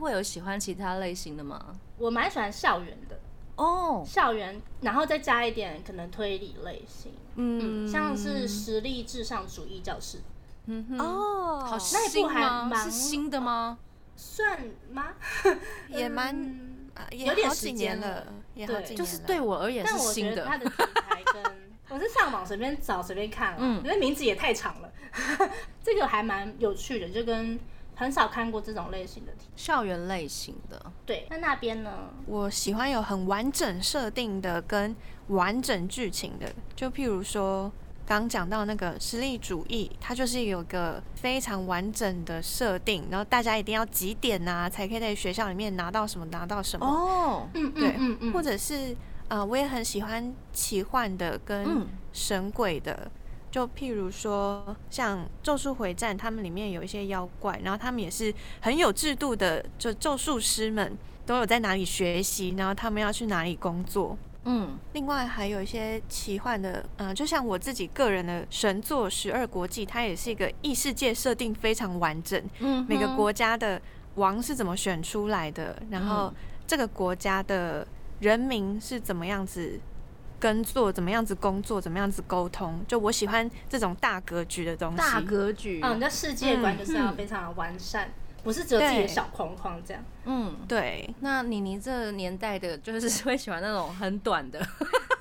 Speaker 2: 会有喜欢其他类型的吗？
Speaker 3: 我蛮喜欢校园的，
Speaker 2: 哦，
Speaker 3: 校园，然后再加一点可能推理类型，嗯，像是实力至上主义教室，
Speaker 2: 嗯哼，
Speaker 4: 哦，
Speaker 2: 好
Speaker 4: 像
Speaker 3: 那一
Speaker 2: 新
Speaker 3: 部还
Speaker 2: 吗？
Speaker 3: 蛮
Speaker 2: 是新的吗？
Speaker 3: 算吗？
Speaker 4: 也蛮
Speaker 3: 嗯
Speaker 4: 啊
Speaker 3: 有
Speaker 4: 也
Speaker 3: 点
Speaker 4: 好
Speaker 3: 时
Speaker 4: 几
Speaker 3: 间
Speaker 4: 年
Speaker 3: 了
Speaker 4: 了，也好
Speaker 3: 对
Speaker 4: 几年了。
Speaker 2: 就是对我而言是
Speaker 3: 但我觉
Speaker 2: 新
Speaker 3: 得它
Speaker 2: 的，
Speaker 3: 的题材跟我是上网随便找随便看了、啊
Speaker 2: 嗯
Speaker 3: 因为名字也太长了。 这个还蛮有趣的，就跟很少看过这种类型的题。
Speaker 2: 校园类型的。
Speaker 3: 对，那那边呢？
Speaker 4: 我喜欢有很完整设定的跟完整剧情的，就譬如说刚讲到那个实力主义，它就是有个非常完整的设定，然后大家一定要几点呐、才可以在学校里面拿到什么拿到什么。
Speaker 2: 哦，
Speaker 3: 嗯
Speaker 4: 对
Speaker 3: 嗯嗯嗯，
Speaker 4: 或者是呃，我也很喜欢奇幻的跟
Speaker 2: 嗯
Speaker 4: 神鬼的，就譬如说像《咒术回战》，他们里面有一些妖怪，然后他们也是很有制度的，就咒术师们都有在哪里学习，然后他们要去哪里工作。
Speaker 2: 嗯，
Speaker 4: 另外还有一些奇幻的，嗯、就像我自己个人的神作《十二国记》，它也是一个异世界设定非常完整，
Speaker 2: 嗯
Speaker 4: 每个
Speaker 2: 哼
Speaker 4: 国家的王是怎么选出来的，然后
Speaker 2: 嗯
Speaker 4: 这个国家的人民是怎么样子耕作、怎么样子工作、怎么样子沟通。就我喜欢这种大格局的东西。
Speaker 2: 大格局，
Speaker 3: 啊，你的世界观就是要非常的完善，不是只有自己的小框框这样。
Speaker 2: 嗯。
Speaker 4: 对，
Speaker 2: 那你你这年代的，就是 会喜欢那种很短的，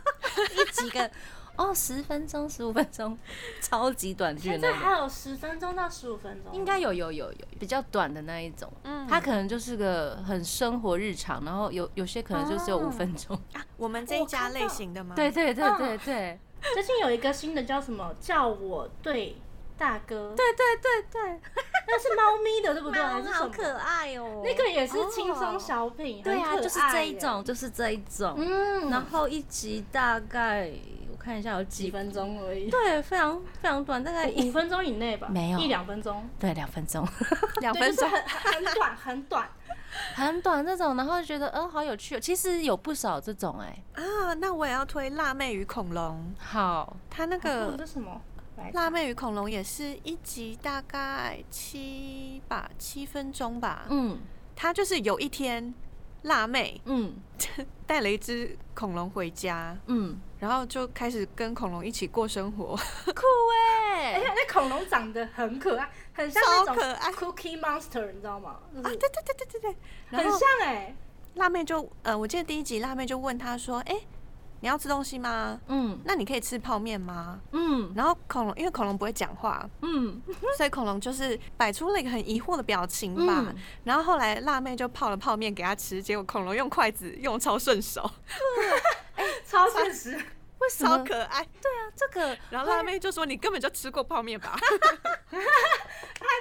Speaker 2: 一集个哦十分钟、十五分钟，超级短剧
Speaker 3: 现
Speaker 2: 那
Speaker 3: 在
Speaker 2: 种，
Speaker 3: 还有十分钟到十五分钟，
Speaker 2: 应该有有有有比较短的那一种，
Speaker 4: 嗯
Speaker 2: 它可能就是个很生活日常，然后有有些可能就只有五分钟，
Speaker 4: 我们这一家类型的吗？
Speaker 2: 对，对对对 对
Speaker 3: 最近有一个新的叫什么？叫我对大哥，对，
Speaker 2: 对对对对，
Speaker 3: 那是猫咪的对不对？还是什么？
Speaker 2: 爱哦
Speaker 3: 那个也是轻松小品，
Speaker 2: 对啊，
Speaker 3: 很可
Speaker 2: 就是
Speaker 3: 爱
Speaker 2: 这一
Speaker 3: 耶
Speaker 2: 种，。就是这一种，
Speaker 3: 嗯，
Speaker 2: 然后一集大概我看一下有
Speaker 3: 几
Speaker 2: 几，
Speaker 3: 分钟而已，
Speaker 2: 对，非常非常短，大概一
Speaker 3: 五分钟以内吧，
Speaker 2: 没有
Speaker 3: 一两分钟，
Speaker 2: 对两分钟。
Speaker 4: 两
Speaker 3: 对，就
Speaker 4: 分
Speaker 3: 是
Speaker 4: 钟。
Speaker 3: 很很短很短。
Speaker 2: 很短那种，然后就觉得嗯、呃好有趣、哦。其实有不少这种哎、
Speaker 4: 啊，那我也要推《辣妹与恐龙》，
Speaker 2: 好，
Speaker 4: 它那
Speaker 3: 那
Speaker 4: 个
Speaker 3: 哦这
Speaker 4: 《
Speaker 3: 是什么？来
Speaker 4: 辣妹与恐龙》也是一集大概七吧，七分钟吧。
Speaker 2: 嗯
Speaker 4: 它就是有一天，辣妹
Speaker 2: 嗯
Speaker 4: 带了一只恐龙回家，
Speaker 2: 嗯，
Speaker 4: 然后就开始跟恐龙一起过生活。
Speaker 2: 酷哎、
Speaker 3: 哎呀，那恐龙长得很可爱，很像
Speaker 4: 超
Speaker 3: 那种
Speaker 4: 可爱
Speaker 3: Cookie Monster，你知道吗？就
Speaker 4: 啊，
Speaker 3: 是
Speaker 4: 对对对对对对。
Speaker 3: 很
Speaker 4: 然后
Speaker 3: 像哎，
Speaker 4: 辣妹就呃，我记得第一集辣妹就问他说：“哎、你要吃东西吗？
Speaker 2: 嗯
Speaker 4: 那你可以吃泡面吗
Speaker 2: 嗯？”
Speaker 4: 然后恐龙因为恐龙不会讲话，
Speaker 2: 嗯，
Speaker 4: 所以恐龙就是摆出了一个很疑惑的表情吧。
Speaker 2: 嗯
Speaker 4: 然后后来辣妹就泡了泡面给他吃，结果恐龙用筷子用超顺手，
Speaker 3: 超现实。
Speaker 2: 为什
Speaker 4: 超
Speaker 2: 么？
Speaker 4: 可爱。
Speaker 2: 对啊，这个
Speaker 4: 然后辣妹就说：“你根本就吃过泡面 吧？”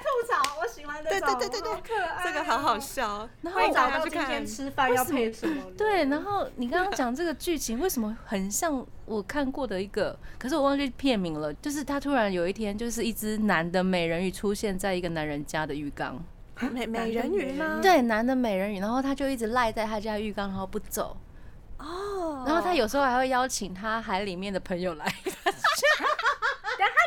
Speaker 3: 吐槽，我喜欢这种，
Speaker 4: 对对对对对
Speaker 3: 好可爱哦
Speaker 4: 这个好好。笑。
Speaker 2: 然后
Speaker 3: 会找
Speaker 4: 大家
Speaker 3: 到
Speaker 4: 去
Speaker 3: 今天
Speaker 4: 看。
Speaker 3: 吃饭要配什么？
Speaker 2: 对，然后你刚刚
Speaker 4: 啊
Speaker 2: 讲这个剧情，为什么很像我看过的一个？可是我忘记片名了。就是他突然有一天，就是一只男的美人鱼出现在一个男人家的浴缸，
Speaker 4: 美美人鱼吗？
Speaker 2: 对，男的美人鱼，然后他就一直赖在他家浴缸，然后不走。
Speaker 4: 哦，
Speaker 2: 然后他有时候还会邀请他海里面的朋友来，
Speaker 3: 但他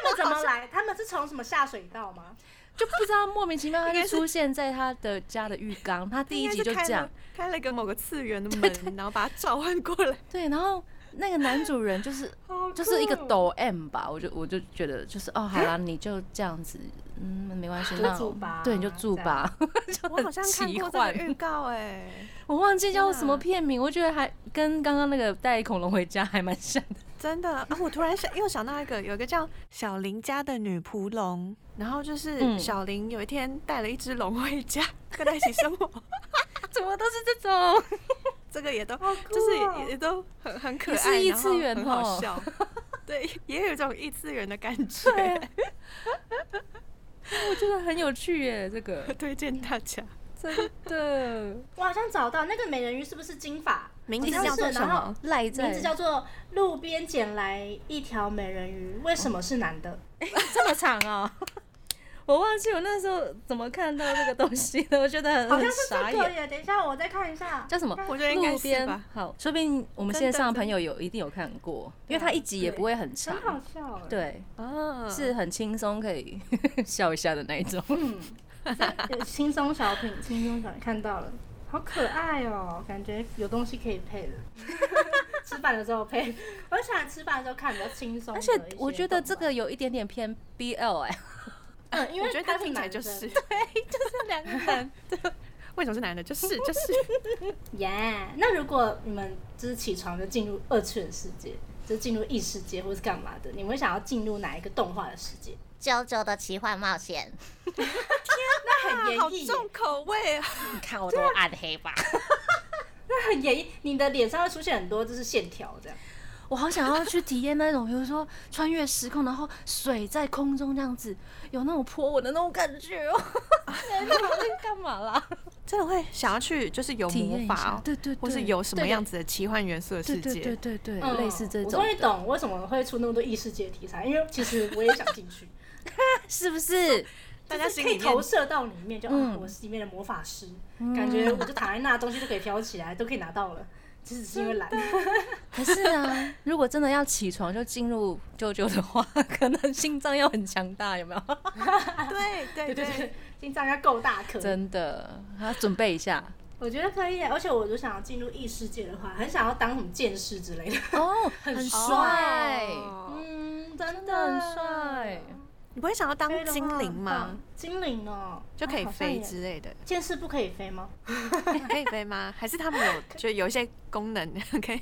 Speaker 3: 们怎么来？他们是从什么下水道吗？
Speaker 2: 就不知道莫名其妙他就出现在他的家的浴缸，他第一集就这样。
Speaker 4: 开了一个某个次元 的门，然后把它召唤过 来。
Speaker 2: 对，然后那个男主人就是
Speaker 3: 好酷
Speaker 2: 就是一个抖 M 吧，我就我就觉得就是哦，好啦，你就这样子，嗯，没关系，
Speaker 3: 就
Speaker 2: 那我
Speaker 3: 住吧
Speaker 2: 对，你就住吧。就
Speaker 4: 我好
Speaker 2: 很
Speaker 4: 像看
Speaker 2: 奇
Speaker 4: 过这个预
Speaker 2: 幻，
Speaker 4: 告哎，
Speaker 2: 我忘记叫什么片名，我觉得还跟刚刚那个带恐龙回家还蛮像的。
Speaker 4: 真的啊！我突然想又想到一个，有一个叫小林家的女仆龙，然后就是
Speaker 2: 嗯
Speaker 4: 小林有一天带了一只龙回家，跟他一起生活，
Speaker 2: 怎么都是这 种？
Speaker 4: 这个也都
Speaker 3: 好酷
Speaker 4: 就是
Speaker 3: 哦
Speaker 4: 也也都很很可爱，
Speaker 2: 也是异
Speaker 4: 然后
Speaker 2: 次元
Speaker 4: 很好
Speaker 2: 哦
Speaker 4: 笑。对，也有一种异次元的感觉，
Speaker 2: 我觉得很有趣耶，这个
Speaker 4: 推荐大家。
Speaker 2: 真的。
Speaker 3: 我好像找到那个美人鱼是不是金发？
Speaker 4: 名
Speaker 3: 好
Speaker 4: 字
Speaker 3: 像
Speaker 4: 叫做
Speaker 3: 是
Speaker 4: 什
Speaker 3: 然后
Speaker 4: 么？
Speaker 2: 哦赖
Speaker 3: 名字
Speaker 2: 在
Speaker 3: 叫做“路边捡来一条美人鱼”，为什么是男
Speaker 2: 哦
Speaker 3: 的？
Speaker 2: 这么长哦。 我忘记我那时候怎么看到这个东西的，我觉得很
Speaker 3: 好像
Speaker 2: 很
Speaker 3: 是
Speaker 2: 傻
Speaker 3: 这个
Speaker 2: 眼。
Speaker 3: 耶。等一下，我再看一下，
Speaker 2: 叫什么？
Speaker 4: 我觉得应该
Speaker 2: 路
Speaker 4: 是
Speaker 2: 边
Speaker 4: 吧。
Speaker 2: 好，说不定我们
Speaker 4: 真
Speaker 2: 线
Speaker 4: 的
Speaker 2: 上的
Speaker 4: 真
Speaker 2: 朋友有一定有看过，因为它一集也不会很嗯长
Speaker 3: 很，好笑哎。，
Speaker 2: 对，
Speaker 4: 啊，
Speaker 2: 是很轻松可以 笑一下的那一种。
Speaker 3: 嗯，轻松小品，轻松小品看到了，好可爱哦，感觉有东西可以配的。 吃饭的时候配，我喜欢吃饭的时候看比较轻松的
Speaker 2: 而
Speaker 3: 一些
Speaker 2: 且
Speaker 3: 动漫。
Speaker 2: 我觉得这个有一点点偏 BL 哎，
Speaker 3: 嗯，因
Speaker 4: 我
Speaker 3: 为
Speaker 4: 觉得
Speaker 3: 他
Speaker 4: 听起来就
Speaker 3: 男生
Speaker 4: 是对，就是两个男的。为什么是男的？就是就是，
Speaker 3: 耶那如果你们就是起床就进入二次元世界，就是进入异世界或是干嘛的，你们会想要进入哪一个动画的世界？
Speaker 1: 啾啾的奇幻冒险，
Speaker 3: 那很
Speaker 4: 好
Speaker 3: 演绎耶，
Speaker 4: 重口味啊！
Speaker 1: 你看我多暗黑吧！
Speaker 3: 那很演绎，你的脸上会出现很多就是线条这样。
Speaker 2: 我好想要去体验那种，比如说穿越时空，然后水在空中这样子，有那种泼我的那种感觉 哦。你好在干嘛啦？
Speaker 4: 真的会想要去，就是有
Speaker 2: 体
Speaker 4: 魔
Speaker 2: 验一
Speaker 4: 法
Speaker 2: 下
Speaker 4: 哦，，
Speaker 2: 对对，
Speaker 4: 或是
Speaker 2: 对
Speaker 4: 有什么
Speaker 3: 对
Speaker 4: 样子的奇幻元素的世
Speaker 2: 对对对
Speaker 4: 界。
Speaker 2: 对对，
Speaker 3: 嗯
Speaker 2: 类似这
Speaker 3: 我
Speaker 2: 种
Speaker 3: 终于
Speaker 2: 的，
Speaker 3: 懂为什么会出那么多异世界题材，因为其实我也想进去，
Speaker 2: 是不是？
Speaker 4: 大家
Speaker 3: 就是
Speaker 4: 心
Speaker 3: 可以
Speaker 4: 里
Speaker 3: 投
Speaker 4: 面嗯
Speaker 3: 射到里面，就、
Speaker 2: 嗯
Speaker 3: 啊，我是里面的魔法师，感觉我就躺在那，东西就可以飘起来，都可以拿到了。其实只是因为懒，
Speaker 2: 可是啊， 如果真的要起床就进入舅舅的话，可能心脏要很强大，有没有？
Speaker 4: 对对
Speaker 3: 对对
Speaker 4: 对
Speaker 3: 对，，心脏要够大颗。
Speaker 2: 真的，要准备一下
Speaker 3: 我觉得可以耶，而且我就想要进入异世界的话，很想要当什么剑士之类的。
Speaker 2: 哦，很帅，
Speaker 4: 哦
Speaker 3: 嗯，真
Speaker 2: 真的很帅。
Speaker 4: 你不会想要当精灵吗？？
Speaker 3: 精灵哦，
Speaker 4: 就可以
Speaker 3: 啊好像
Speaker 4: 飞
Speaker 3: 也
Speaker 4: 之类的，
Speaker 3: 剑士不可以飞吗？
Speaker 4: 可以飞吗？还是他们有就有一些功能 可以？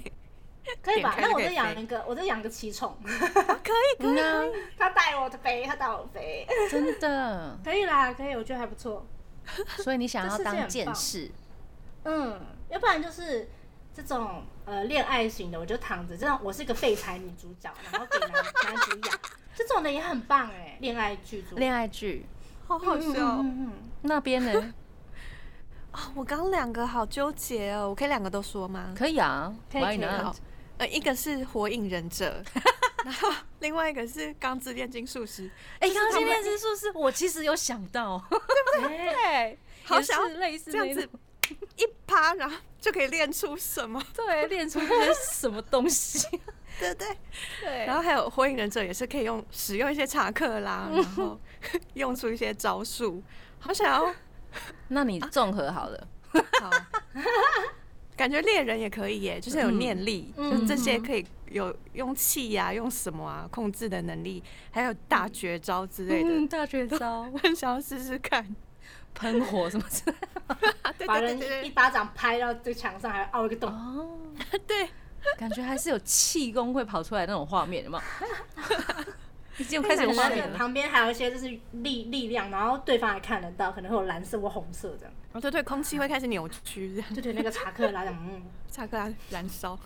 Speaker 3: 可以吧？
Speaker 4: 点开
Speaker 3: 那
Speaker 4: 就
Speaker 3: 我
Speaker 4: 可以
Speaker 3: 再养
Speaker 4: 飞
Speaker 3: 一个，我再养个奇 宠，
Speaker 4: 可以可以，
Speaker 2: 啊，
Speaker 3: 他带我飞，他带我飞，
Speaker 2: 真的。
Speaker 3: 可以啦，可以，我觉得还不错。
Speaker 2: 所以你想要
Speaker 3: 这世界
Speaker 2: 当
Speaker 3: 很
Speaker 2: 剑
Speaker 3: 棒
Speaker 2: 士，
Speaker 3: 嗯，要不然就是这种呃恋爱型的，我就躺着，这种我是一个废柴女主角，然后给男男主 养，这种的也很棒哎，恋爱剧组，
Speaker 2: 恋爱剧
Speaker 4: 好好
Speaker 3: 嗯嗯
Speaker 4: 笑哦
Speaker 3: 嗯嗯
Speaker 2: 那边呢？
Speaker 4: 啊！我刚两个好纠结哦，我可以两个都说吗？
Speaker 2: 可以啊
Speaker 3: 可以
Speaker 2: ，Why
Speaker 3: 可以
Speaker 4: 好
Speaker 2: not？，
Speaker 4: 呃，一个是火影忍者，然后另外一个是钢之炼金术师，
Speaker 2: 哎，
Speaker 4: 就是
Speaker 2: 刚刚
Speaker 4: 他
Speaker 2: 这
Speaker 4: 们
Speaker 2: 边是不是我其实有想到？
Speaker 4: 哦
Speaker 3: 嗯，哎
Speaker 2: 对，
Speaker 4: 好想要
Speaker 2: 也是类似
Speaker 4: 这样
Speaker 2: 那
Speaker 4: 子
Speaker 2: 种
Speaker 4: 一趴，然后就可以练出什么？
Speaker 2: 对，练出一些什么东西？
Speaker 4: 对不对？
Speaker 2: 对
Speaker 4: 然后还有火影忍者也是可以用使用一些查克拉，然后 用出一些招数，好想要
Speaker 2: 那你综合好了，
Speaker 4: 好。 感觉猎人也可以耶，就是有念力，
Speaker 3: 嗯
Speaker 4: 就是这些可以有用气呀、用什么啊控制的能力，还有大绝招之类的，
Speaker 2: 嗯，大绝招
Speaker 4: 我很想要试试看。
Speaker 2: 喷火什么之类的。
Speaker 4: 啊对
Speaker 3: 把
Speaker 4: 对
Speaker 3: 人
Speaker 4: 对
Speaker 3: 一
Speaker 4: 对
Speaker 3: 巴掌拍到这墙上，还凹一个洞，
Speaker 2: 哦，
Speaker 4: 对对，
Speaker 2: 感觉还是有气功会跑出来那种画面的 嘛。已经有开始有
Speaker 3: 然
Speaker 2: 画
Speaker 3: 后
Speaker 2: 面了，
Speaker 3: 旁边还有一些就是力力量，然后对方还看得到，可能会有蓝色或红色这样，
Speaker 4: 哦对对，空气会开始扭曲，这 样
Speaker 3: 对对，那个查克拉这样，嗯。
Speaker 4: 查克拉燃烧。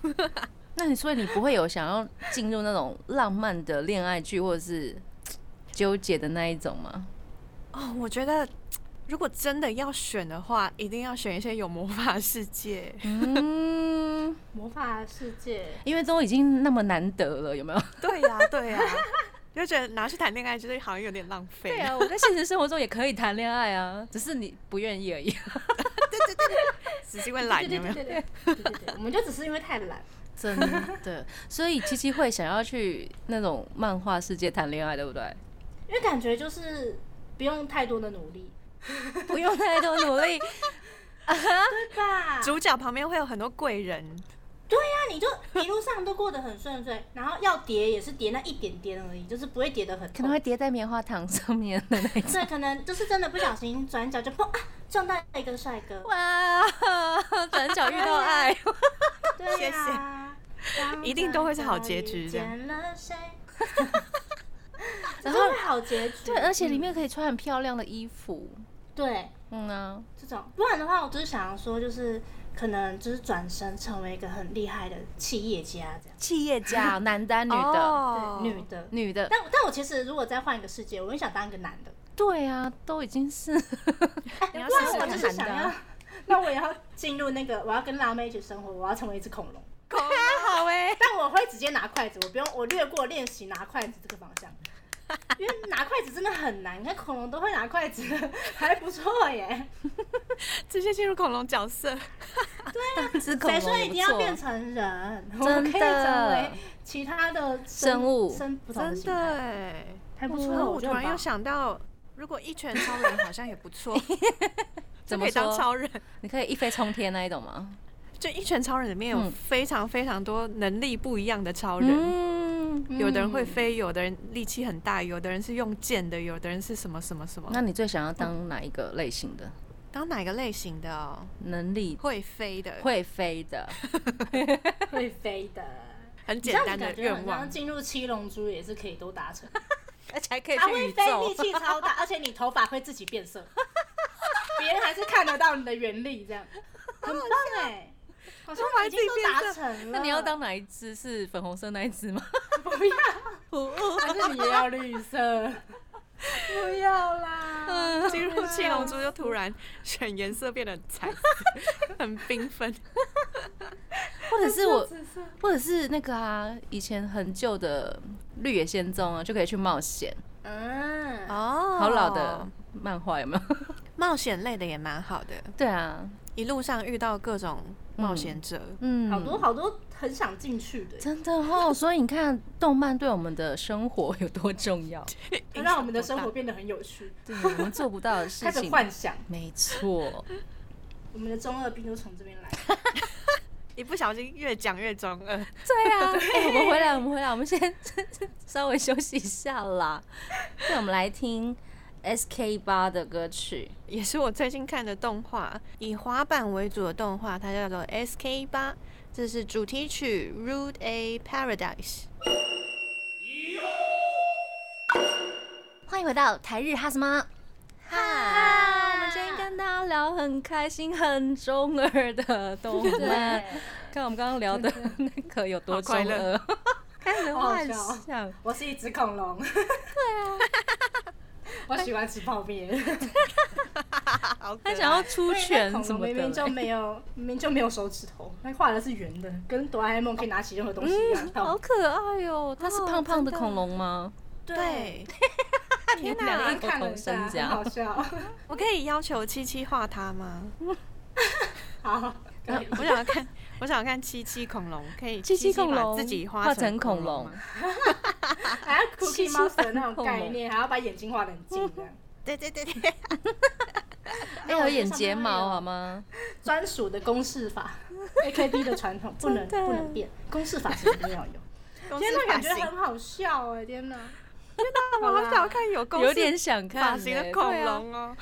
Speaker 2: 那你所以你不会有想要进入那种浪漫的恋爱剧，或者是纠结的那一种吗？
Speaker 4: 哦，我觉得如果真的要选的话，一定要选一些有魔法的世界。
Speaker 2: 嗯，
Speaker 3: 魔法世界，
Speaker 2: 因为都已经那么难得了，有没有？
Speaker 4: 对呀、对呀、就觉得拿去谈恋爱，就是好像有点浪费。
Speaker 2: 对啊，我在现实生活中也可以谈恋爱啊，只是你不愿意而已。
Speaker 4: 只是因为懒，有没有？
Speaker 3: 对对对对对，我们就只是因为太懒，
Speaker 2: 真的，所以七七会想要去那种漫画世界谈恋爱，对不 对？
Speaker 3: 因为感觉就是不用太多的努力，
Speaker 2: 不用太多努力，
Speaker 3: 对吧？
Speaker 4: 主角旁边会有很多贵人，
Speaker 3: 那啊你就一路上都过得很顺遂，然后要叠也是叠那一点点而已，就是不会叠得很
Speaker 2: 可能
Speaker 3: 痛
Speaker 2: 会。叠在棉花糖上面的那种。
Speaker 3: 对，可能就是真的不小心转角就砰啊，撞到一个帅哥。
Speaker 2: 哇，转角遇到爱，
Speaker 3: 对呀、
Speaker 4: 一定都会是好结局这样
Speaker 3: 见了谁？
Speaker 2: 然
Speaker 3: 然
Speaker 2: 后
Speaker 3: 后好结局，
Speaker 2: 对，而且
Speaker 3: 嗯
Speaker 2: 里面可以穿很漂亮的衣服。
Speaker 3: 对
Speaker 2: 嗯啊，
Speaker 3: 这种，不然的话，我就是想要说，就是可能就是转身成为一个很厉害的企业家这样，
Speaker 2: 企业家， 男单女的，
Speaker 4: 哦
Speaker 3: 对，女的。
Speaker 2: 女的，
Speaker 3: 但但我其实如果再换一个世界，我会想当一个男的，
Speaker 2: 对啊，都已经是
Speaker 3: 哎
Speaker 4: 你要
Speaker 3: 不然
Speaker 4: 试试
Speaker 3: 我
Speaker 4: 看
Speaker 3: 就是
Speaker 2: 男
Speaker 3: 想
Speaker 2: 的
Speaker 3: 要
Speaker 2: 啊，
Speaker 3: 那我也要进入那个，我要跟辣妹一起生活，我要成为一只恐龙。
Speaker 4: 恐龙好哎、
Speaker 3: 但我会直接拿筷子，我不用，我略过练习拿筷子这个方 向，因为拿筷子真的很难。你看恐龙都会拿筷子，还不错耶。
Speaker 4: 直接进入恐龙角色。
Speaker 2: 当只恐
Speaker 3: 谁
Speaker 2: 龙
Speaker 3: 说
Speaker 2: 也
Speaker 3: 一
Speaker 2: 不
Speaker 3: 定要
Speaker 2: 错
Speaker 3: 变成人？我
Speaker 2: 真的
Speaker 3: 们可以成为其他的
Speaker 2: 生物
Speaker 3: 生不同的
Speaker 4: 真
Speaker 3: 形
Speaker 4: 的
Speaker 3: 态，
Speaker 4: 哎、
Speaker 3: 还不
Speaker 4: 然后
Speaker 3: 错。
Speaker 4: 我
Speaker 3: 我
Speaker 4: 突
Speaker 3: 觉得
Speaker 4: 然
Speaker 3: 很
Speaker 4: 又
Speaker 3: 棒，
Speaker 4: 想到，如果一拳超人好像也不 错，
Speaker 2: 怎
Speaker 4: 就
Speaker 2: 么
Speaker 4: 可以当
Speaker 2: 说
Speaker 4: 超人？
Speaker 2: 你可以一飞冲天那一种吗？
Speaker 4: 就一拳超人里面有
Speaker 2: 嗯
Speaker 4: 非常非常多能力不一样的超人，
Speaker 2: 嗯，
Speaker 4: 有的人会
Speaker 3: 嗯
Speaker 4: 飞，有的人力气很大，有的人是用剑的，有的人是什么什么什么。
Speaker 2: 那你最想要当哪一个类型的
Speaker 4: 当哪个类型的哦？
Speaker 2: 能力？
Speaker 4: 会飞的，
Speaker 2: 会飞的，
Speaker 3: 会飞的。
Speaker 4: 很
Speaker 3: 你
Speaker 4: 简
Speaker 3: 这样
Speaker 4: 单
Speaker 3: 子
Speaker 4: 的
Speaker 3: 感觉好
Speaker 4: 愿望
Speaker 3: 像，进入七龙珠也是可以都达成。
Speaker 2: 而且还可以
Speaker 3: 它会飞，力气超大，而且你头发会自己变色， 别人还是看得到你的原力，这样很棒哎、好像已经都达成了。
Speaker 2: 那你要当哪一只？是粉红色那一只吗？
Speaker 3: 不要？ 还是你也要绿色？不要 啦！
Speaker 2: 嗯
Speaker 4: 进 入七龙珠就突然选颜色变得很彩 色，很缤纷。
Speaker 2: 或者是我，
Speaker 3: 紫色
Speaker 2: 或者是那个啊，以前很旧的《绿野仙踪》啊，就可以去冒险。
Speaker 3: 嗯，
Speaker 4: 哦，
Speaker 2: 好老的漫画有没有？
Speaker 4: 冒险类的也蛮好的，
Speaker 2: 哦对啊，
Speaker 4: 一路上遇到各种冒险者，
Speaker 2: 嗯，
Speaker 3: 好多好多很想进去的，
Speaker 2: 真的哦。所以你看，动漫对我们的生活有多重要，
Speaker 3: 它欸让我们的生活变得很有趣，
Speaker 2: 对我们做不到的事
Speaker 3: 开始
Speaker 2: 情。
Speaker 3: 幻想。
Speaker 2: 没错，
Speaker 3: 我们的中二病就从这边来。
Speaker 4: 一不小心越讲越中二。
Speaker 2: 对啊。哎我们回来，我们回来，我们先稍微休息一下啦。对，我们来听 S K 八的歌曲。
Speaker 4: 也是我最近看的动画，以滑板为主的动画，它叫做 S K 八，这是主题曲《Rude A Paradise》。
Speaker 2: 欢迎回到台日哈什么？哈，我们今天跟大家聊很开心、很中二的动漫。看我们刚刚聊的那个有多中
Speaker 4: 好快乐
Speaker 2: 二， 开始幻
Speaker 3: 好好
Speaker 2: 想。
Speaker 3: 我是一只恐龙。对啊，
Speaker 2: 啊
Speaker 3: 我喜欢吃泡面。
Speaker 2: 他想要出拳
Speaker 3: 恐
Speaker 2: 什
Speaker 3: 龙
Speaker 2: 么的
Speaker 3: 明明就
Speaker 2: 嘞，
Speaker 3: 没有，明明就没有手指头，它画的是圆的，跟哆啦 A 梦可以拿起任何东西一样。
Speaker 2: 嗯好可爱哟！他
Speaker 3: 哦
Speaker 2: 是胖胖的恐龙吗？
Speaker 4: 对，
Speaker 2: 天
Speaker 4: 哪
Speaker 2: 两个
Speaker 3: 刚
Speaker 2: 异口
Speaker 3: 看了
Speaker 2: 同
Speaker 3: 一下，
Speaker 2: 声
Speaker 3: 很
Speaker 2: 讲
Speaker 3: 好。 笑。
Speaker 4: 我可以要求七七画它吗？
Speaker 3: 好，可以
Speaker 4: 我想要看，我想要看七七恐龙，可以
Speaker 2: 七七
Speaker 4: 把
Speaker 2: 恐龙
Speaker 4: 自己
Speaker 2: 画
Speaker 4: 成
Speaker 2: 成恐龙
Speaker 4: 龙吗。，
Speaker 3: 还要 Cookie
Speaker 2: 七
Speaker 3: Monster 的那
Speaker 2: 恐龙
Speaker 3: 种概念，还要把眼睛画得很近，这样
Speaker 4: 对对 对对，
Speaker 3: 哎
Speaker 2: 还有眼睫毛好吗？
Speaker 3: 专属的公式 法，AKB 的传统不能
Speaker 2: 真的
Speaker 3: 不能变，公式法是一定要有。
Speaker 4: 公
Speaker 3: 天
Speaker 4: 司
Speaker 3: 哪，
Speaker 4: 发
Speaker 3: 感觉
Speaker 4: 型，
Speaker 3: 很好笑哎！天哪，
Speaker 4: 我 好想看有公
Speaker 2: 有
Speaker 4: 司
Speaker 2: 点想看
Speaker 4: 发
Speaker 2: 嘞
Speaker 4: 型的恐，
Speaker 2: 对啊
Speaker 4: 龙哦。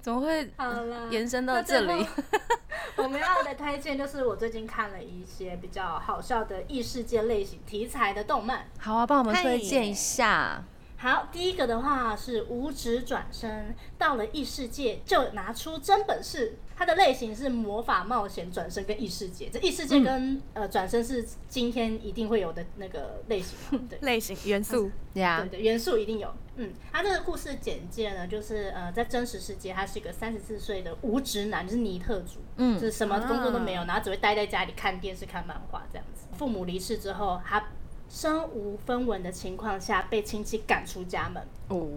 Speaker 2: 怎么会
Speaker 3: 好了，
Speaker 2: 延伸到这里？
Speaker 3: 我们要的推荐就是我最近看了一些比较好笑的异世界类型题材的动漫。
Speaker 2: 好啊，帮我们
Speaker 4: 嗨
Speaker 2: 推荐一下。
Speaker 3: 好，第一个的话是五指转身，到了异世界就拿出真本事。它的类型是魔法冒险转身跟异世界，这异世界跟、呃转身是今天一定会有的那个类型嘛， 对。
Speaker 4: 类型元素，
Speaker 2: 对啊
Speaker 3: 对，对，元素一定有。嗯，他这个故事简介呢，就是呃，在真实世界，他是一个三十四岁的无职男，就是尼特族，
Speaker 2: 嗯啊
Speaker 3: 就是什么工作都没有，然后只会待在家里看电视、看漫画这样子。父母离世之后，他身无分文的情况下，被亲戚赶出家门。
Speaker 2: 哦，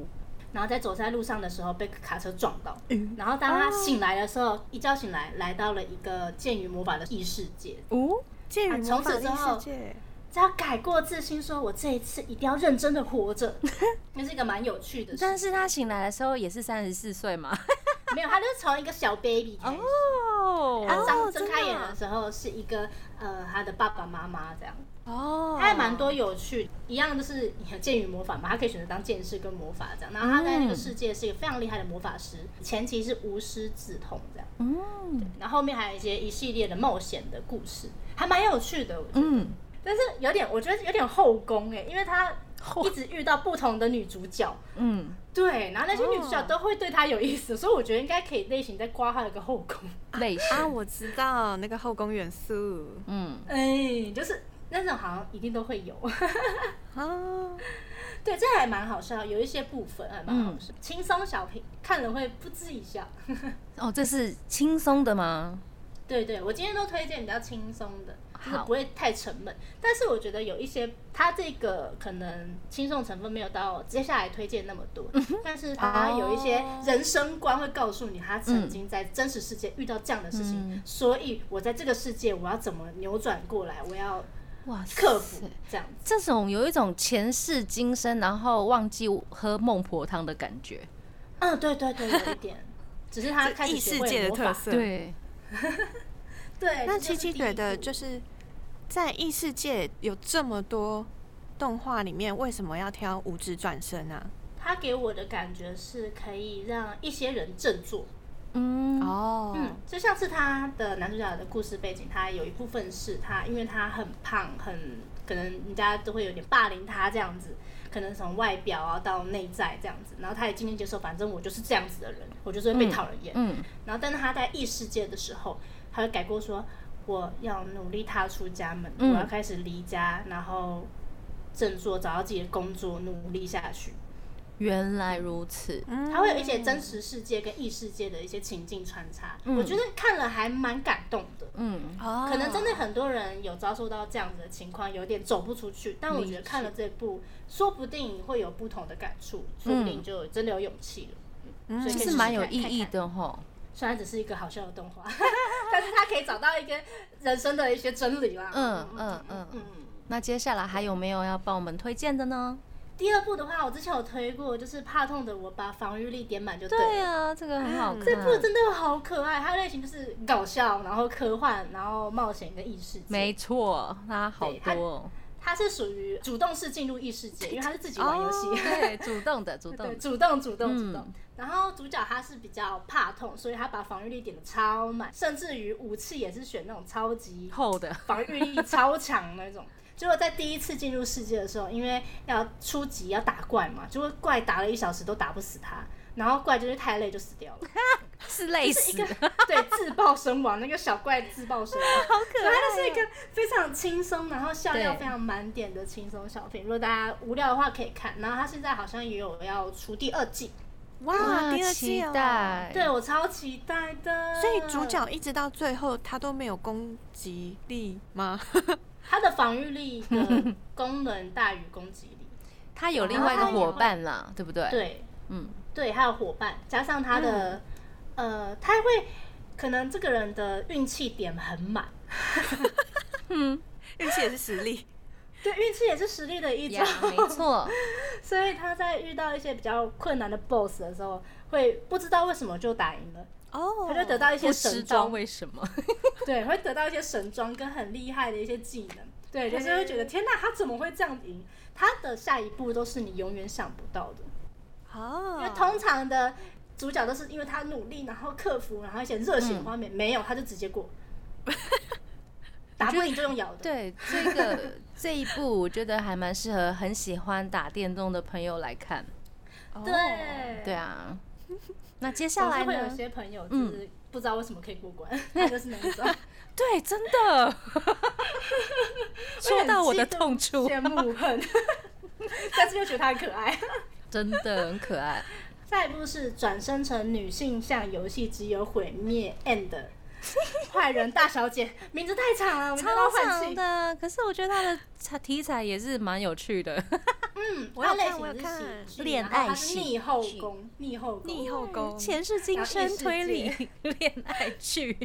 Speaker 3: 然后在走在路上的时候被卡车撞到，
Speaker 2: 哎
Speaker 3: 然后当他醒来的时候，一觉醒来来到了一个剑与魔法的异世界，
Speaker 4: 哦，剑与
Speaker 3: 啊
Speaker 4: 魔
Speaker 3: 从
Speaker 4: 法
Speaker 3: 此
Speaker 4: 异
Speaker 3: 之后
Speaker 4: 世界。
Speaker 3: 只要改过自新，说我这一次一定要认真的 活着，那是一个蛮有趣的事。
Speaker 2: 但是他醒来的时候也是三十四岁嘛。
Speaker 3: 没有，他就是从一个小 baby 开始。他
Speaker 2: 哦，
Speaker 3: 哦张
Speaker 4: 哦真
Speaker 3: 睁
Speaker 4: 的
Speaker 3: 开眼
Speaker 4: 啊
Speaker 3: 的时候是一个呃，他的爸爸妈妈这样，
Speaker 4: 哦，
Speaker 3: 他还蛮多有趣，一样就是剑与魔法嘛，他可以选择当剑士跟魔法这样。然后他在那个世界是一个非常厉害的魔法师，前期是无师自通这样。
Speaker 2: 嗯
Speaker 3: 然后后面还有一些一系列的冒险的故事，还蛮有趣的。我觉得
Speaker 2: 嗯，
Speaker 3: 但是有点，我觉得有点后宫哎、因为他
Speaker 2: 后
Speaker 3: 一直遇到不同的女主角，
Speaker 2: 嗯，
Speaker 3: 对，然后那些女主角
Speaker 4: 哦
Speaker 3: 都会对他有意思，所以我觉得应该可以类型再刮他有个后宫，
Speaker 2: 类
Speaker 4: 啊，
Speaker 2: 型，
Speaker 4: 我知道那个后宫元素
Speaker 2: 嗯，
Speaker 3: 哎、就是那种好像一定都会有。
Speaker 4: 啊，
Speaker 3: 对，这还蛮好笑，有一些部分还蛮好笑，
Speaker 2: 嗯
Speaker 3: 轻松小品，看了会不自一笑。
Speaker 2: 哦，这是轻松的吗？
Speaker 3: 对对，我今天都推荐比较轻松的，就是
Speaker 2: 好
Speaker 3: 不会太沉闷。但是我觉得有一些，它这个可能轻松成分没有到接下来推荐那么多，
Speaker 2: 嗯
Speaker 3: 但是它有一些
Speaker 2: 哦
Speaker 3: 人生观会告诉你，他曾
Speaker 2: 嗯
Speaker 3: 经在真实世界遇到这样的事情，
Speaker 2: 嗯
Speaker 3: 所以我在这个世界我要怎么扭转过来，我要
Speaker 2: 哇塞
Speaker 3: 克服这样子。
Speaker 2: 这种有一种前世今生，然后忘记喝孟婆汤的感觉。
Speaker 3: 嗯，对对对，有一 点。只是他
Speaker 4: 这
Speaker 3: 开始
Speaker 4: 异
Speaker 3: 学
Speaker 4: 世
Speaker 3: 会
Speaker 4: 界的
Speaker 3: 魔
Speaker 4: 特
Speaker 3: 法
Speaker 4: 色
Speaker 2: 对，
Speaker 3: 对，
Speaker 4: 那
Speaker 3: 这就
Speaker 4: 七
Speaker 3: 是
Speaker 4: 七
Speaker 3: 第一
Speaker 4: 觉得
Speaker 3: 步
Speaker 4: 就是在异世界有这么多动画里面，为什么要挑《五指转身》啊？
Speaker 3: 他给我的感觉是可以让一些人振作。
Speaker 2: 嗯，
Speaker 4: 哦，
Speaker 3: 嗯，就像是他的男主角的故事背景，他有一部分是他，因为他很胖，很可能人家都会有点霸凌他这样子，可能从外表啊到内在这样子，然后他也渐渐接受，反正我就是这样子的人，我就是会被讨人厌。
Speaker 2: 嗯，
Speaker 3: 然后，但是他在异世界的时候，他会改过说，我要努力踏出家门，
Speaker 2: 嗯
Speaker 3: 我要开始离家，然后振作，找到自己的工作，努力下去。
Speaker 2: 原来如此。
Speaker 4: 嗯
Speaker 3: 它会有一些真实世界跟异世界的一些情境穿插，
Speaker 2: 嗯
Speaker 3: 我觉得看了还蛮感动的。
Speaker 2: 嗯，
Speaker 4: 哦，
Speaker 3: 可能真的很多人有遭受到这样子的情况，有点走不出去。但我觉得看了这部，说不定会有不同的感触，说不
Speaker 2: 嗯
Speaker 3: 定就真的有勇气了。
Speaker 4: 嗯
Speaker 3: 所以
Speaker 2: 这
Speaker 3: 可以
Speaker 2: 是
Speaker 3: 试试
Speaker 2: 蛮有
Speaker 3: 看
Speaker 2: 意
Speaker 3: 看
Speaker 2: 义
Speaker 3: 看
Speaker 2: 的吼。
Speaker 3: 虽然只是一个好笑的动画，但是它可以找到一个人生的一些真理啦。
Speaker 2: 嗯嗯嗯
Speaker 3: 嗯。
Speaker 2: 那接下来还有没有要帮我们推荐的呢？
Speaker 3: 第二部的话，我之前有推过，就是怕痛的我把防御力点满就对了。
Speaker 2: 对啊，嗯这个很好看。
Speaker 3: 这部真的好可爱，它的类型就是搞笑，然后科幻，然后冒险跟异世界。
Speaker 2: 没，错，它好
Speaker 3: 对它
Speaker 2: 多哦。
Speaker 3: 它是属于主动式进入异世界，因为它是自己玩游戏。
Speaker 2: 哦 对，主动的，主动
Speaker 3: 对，
Speaker 2: 的。
Speaker 3: 主动主动主动。
Speaker 2: 嗯
Speaker 3: 然后主角他是比较怕痛，所以他把防御力点的超满，甚至于武器也是选那种超级
Speaker 2: 厚的，
Speaker 3: 防御力超强那种。 结果在第一次进入世界的时候，因为要初级要打怪嘛，结果怪打了一小时都打不死他，然后怪就是太累就死掉了。
Speaker 2: 是累
Speaker 3: 是一
Speaker 2: 死
Speaker 3: 个 对自爆身亡，那个小怪自爆身 亡，好可爱、它是一个非常轻松，然后笑料
Speaker 2: 对
Speaker 3: 非常满点的轻松小品。如果大家无聊的话可以看。然后它现在好像也有要出第二季，
Speaker 4: 哇，第二
Speaker 2: 期
Speaker 4: 季哦。
Speaker 2: 待。
Speaker 3: 对我超期待的。
Speaker 4: 所以主角一直到最后，他都没有攻击力吗？
Speaker 3: 他的防御力的功能大于攻击力，
Speaker 2: 他有另外一个
Speaker 3: 然后它也
Speaker 2: 伙伴啦，对不对？，
Speaker 3: 对
Speaker 2: 嗯，
Speaker 3: 对，还有伙伴，加上他的、呃，他会可能这个人的运气点很满。
Speaker 4: 运气也是实力。
Speaker 3: 对，运气也是实力的一种
Speaker 2: 呀，没错，
Speaker 3: 所以他在遇到一些比较困难的 BOSS 的时候，会不知道为什么就打赢了，
Speaker 4: 哦，
Speaker 3: 他就得到一些
Speaker 2: 不知
Speaker 3: 神
Speaker 2: 道
Speaker 3: 装，
Speaker 2: 为什么。
Speaker 3: 对，会得到一些神装跟很厉害的一些技能，对，就是会觉得天哪，他怎么会这样赢？他的下一步都是你永远想不到的，
Speaker 4: 哦，
Speaker 3: 因为通常的主角都是因为他努力，然后克服，然后一些热血方面、没有，他就直接过，打不赢就用咬的，
Speaker 2: 对，这个这一部我觉得还蛮适合很喜欢打电动的朋友来看。
Speaker 4: 哦
Speaker 3: 对
Speaker 2: 对，啊，那接下
Speaker 3: 总
Speaker 2: 来
Speaker 3: 是会有
Speaker 2: 呢？
Speaker 3: 些朋友就是不知道为什么可以过关，他就是那一种。
Speaker 2: 对，真的，说到我的
Speaker 3: 很嫉妒
Speaker 2: 痛处，
Speaker 3: 羡慕恨， 但是又觉得他很可爱。
Speaker 2: 真的很可爱。
Speaker 3: 下一步是转身成女性向游戏，只有毁灭 and 坏人大小姐，名字太长了，我们都要
Speaker 2: 超
Speaker 3: 换
Speaker 2: 长
Speaker 3: 气。
Speaker 2: 的，可是我觉得它的它题材也是蛮有趣的。
Speaker 3: 嗯，
Speaker 4: 我有看
Speaker 3: 它类型
Speaker 4: 我有
Speaker 3: 是
Speaker 4: 看
Speaker 3: 喜剧
Speaker 2: 恋
Speaker 3: 然后它
Speaker 2: 爱
Speaker 3: 是
Speaker 2: 喜
Speaker 3: 逆后
Speaker 2: 剧
Speaker 3: 宫，逆后宫，
Speaker 4: 逆后宫
Speaker 2: 前世今
Speaker 3: 然
Speaker 2: 生
Speaker 3: 后异世
Speaker 2: 推理恋爱剧，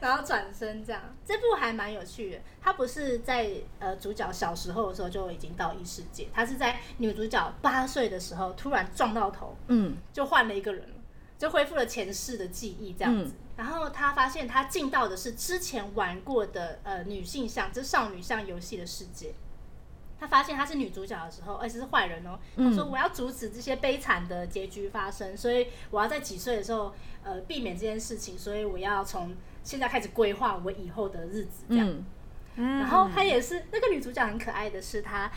Speaker 3: 然后转身这样，这部还蛮有趣的。它不是在呃主角小时候的时候就已经到异世界，它是在女主角八岁的时候突然撞到头，
Speaker 2: 嗯，
Speaker 3: 就换了一个人了，就恢复了前世的记忆这样子。
Speaker 2: 嗯
Speaker 3: 然后他发现他进到的是之前玩过的呃女性向，这少女向游戏的世界。他发现他是女主角的时候，而且是坏人哦。他说：“
Speaker 2: 嗯
Speaker 3: 我要阻止这些悲惨的结局发生，所以我要在几岁的时候，呃，避免这件事情。所以我要从现在开始规划我以后的日子。”这样，
Speaker 2: 嗯，
Speaker 4: 嗯
Speaker 3: 然后她也是那个女主角很可爱的是她。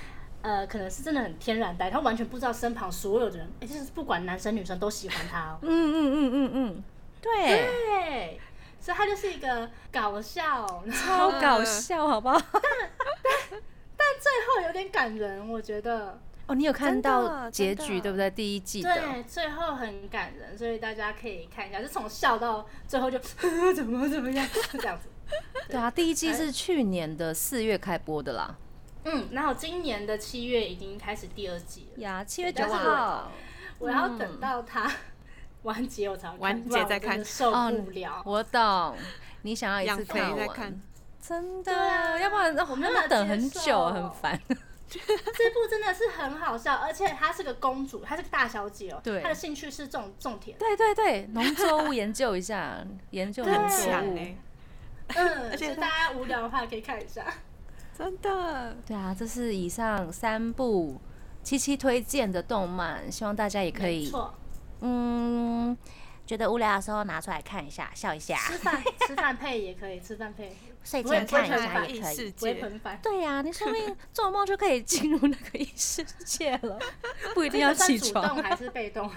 Speaker 3: 呃，可能是真的很天然呆，她完全不知道身旁所有的人，诶就是不管男生女生都喜欢她哦。
Speaker 2: 嗯嗯嗯嗯对，
Speaker 3: 对，所以她就是一个搞笑，然后
Speaker 2: 超搞笑，好不好？
Speaker 3: 但最后有点感人，我觉得
Speaker 2: 哦，你有看
Speaker 4: 真的
Speaker 2: 到结
Speaker 4: 真
Speaker 2: 局对
Speaker 4: 的
Speaker 2: 不啊对？第一季的，
Speaker 3: 对，最后很感人，所以大家可以看一下，就从笑到最后就 怎么怎么样 这样子。
Speaker 2: 对啊，第一季是去年的四月开播的啦。
Speaker 3: 嗯，然后今年的七月已经开始第二季了，
Speaker 2: 呀，七月九
Speaker 3: 但是我
Speaker 2: 号，
Speaker 3: 我要等到它 完结我才要看
Speaker 4: 嗯完结
Speaker 3: 不然我
Speaker 4: 再看哦
Speaker 3: 真的受不了。
Speaker 2: 哦我懂。你想要一
Speaker 4: 养
Speaker 2: 次
Speaker 4: 肥
Speaker 2: 看
Speaker 4: 再
Speaker 2: 完，
Speaker 4: 看，
Speaker 2: 真
Speaker 3: 对啊
Speaker 2: 的，要不然我
Speaker 3: 我
Speaker 2: 们
Speaker 3: 没办
Speaker 2: 要
Speaker 3: 法
Speaker 2: 等很
Speaker 3: 接
Speaker 2: 久啊，
Speaker 3: 受
Speaker 2: 很 烦。
Speaker 3: 这部真的是很好笑，而且她是个公主，她是个大小姐哦、
Speaker 2: 对
Speaker 3: 她的兴趣是种种 田，
Speaker 2: 对对对，农作物研究一下，研 究
Speaker 3: 对
Speaker 2: 农
Speaker 4: 很
Speaker 2: 作
Speaker 4: 强
Speaker 2: 物
Speaker 4: 哎、。
Speaker 3: 嗯，
Speaker 4: 而且
Speaker 3: 所以
Speaker 4: 她
Speaker 3: 大家无聊的话可以看一下。
Speaker 4: 真的。
Speaker 2: 对啊，这是以上三部七七推荐的动漫，希望大家也 可
Speaker 3: 没
Speaker 2: 以，啊
Speaker 3: 错，
Speaker 2: 嗯，觉得无聊的时候拿出来看一下，笑一下，
Speaker 3: 吃饭吃饭配也可以，吃饭 配
Speaker 2: 睡
Speaker 3: 不
Speaker 2: 前
Speaker 3: 会
Speaker 2: 看一
Speaker 3: 不会
Speaker 2: 下
Speaker 3: 看
Speaker 2: 也
Speaker 4: 异
Speaker 2: 可
Speaker 4: 世
Speaker 2: 以。
Speaker 3: 不会
Speaker 4: 界，
Speaker 3: 喷饭。
Speaker 2: 对呀、你说不 定做梦就可以进入那个异世界 了，不一定要
Speaker 3: 这个
Speaker 2: 起
Speaker 3: 算主动
Speaker 2: 床。
Speaker 3: 还是被 动？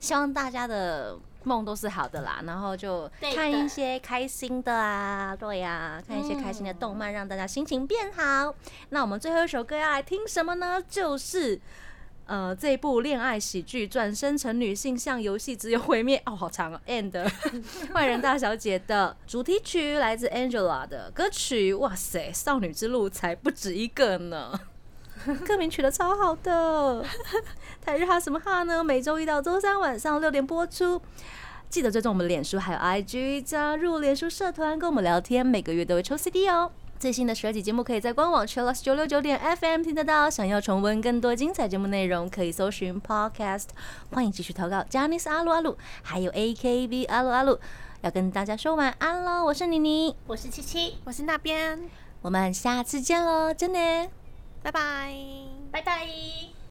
Speaker 2: 希望大家的梦都是好的啦，然后就
Speaker 3: 对的
Speaker 2: 看一些开心的啊，对呀、看一些开心的动漫，让大家心情变好。那我们最后一首歌要来听什么呢？就是。呃，这部恋爱喜剧《转身成女性向游戏只有毁灭》哦，好长、哦、，and 坏人大小姐的主题曲来自 Angela 的歌曲，哇塞，少女之路才不止一个呢，歌名取得超好的。台日哈什么哈呢？每周一到周三晚上六点播出。记得追踪我们的脸书还有 IG，加入脸书社团跟我们聊天，每个月都会抽 CD 哦。最新的十二集节目可以在官网 chillus 九六九点 FM 听得到。想要重温更多精彩节目内容，可以搜寻 Podcast。欢迎继续投稿 j a n i c e 阿鲁阿鲁，还有 AKB 阿鲁阿鲁。要跟大家说晚安喽，我是妮妮，
Speaker 3: 我是七七，
Speaker 4: 我是那边，
Speaker 2: 我们下次见喽，真的。
Speaker 4: 拜拜。
Speaker 3: 拜拜。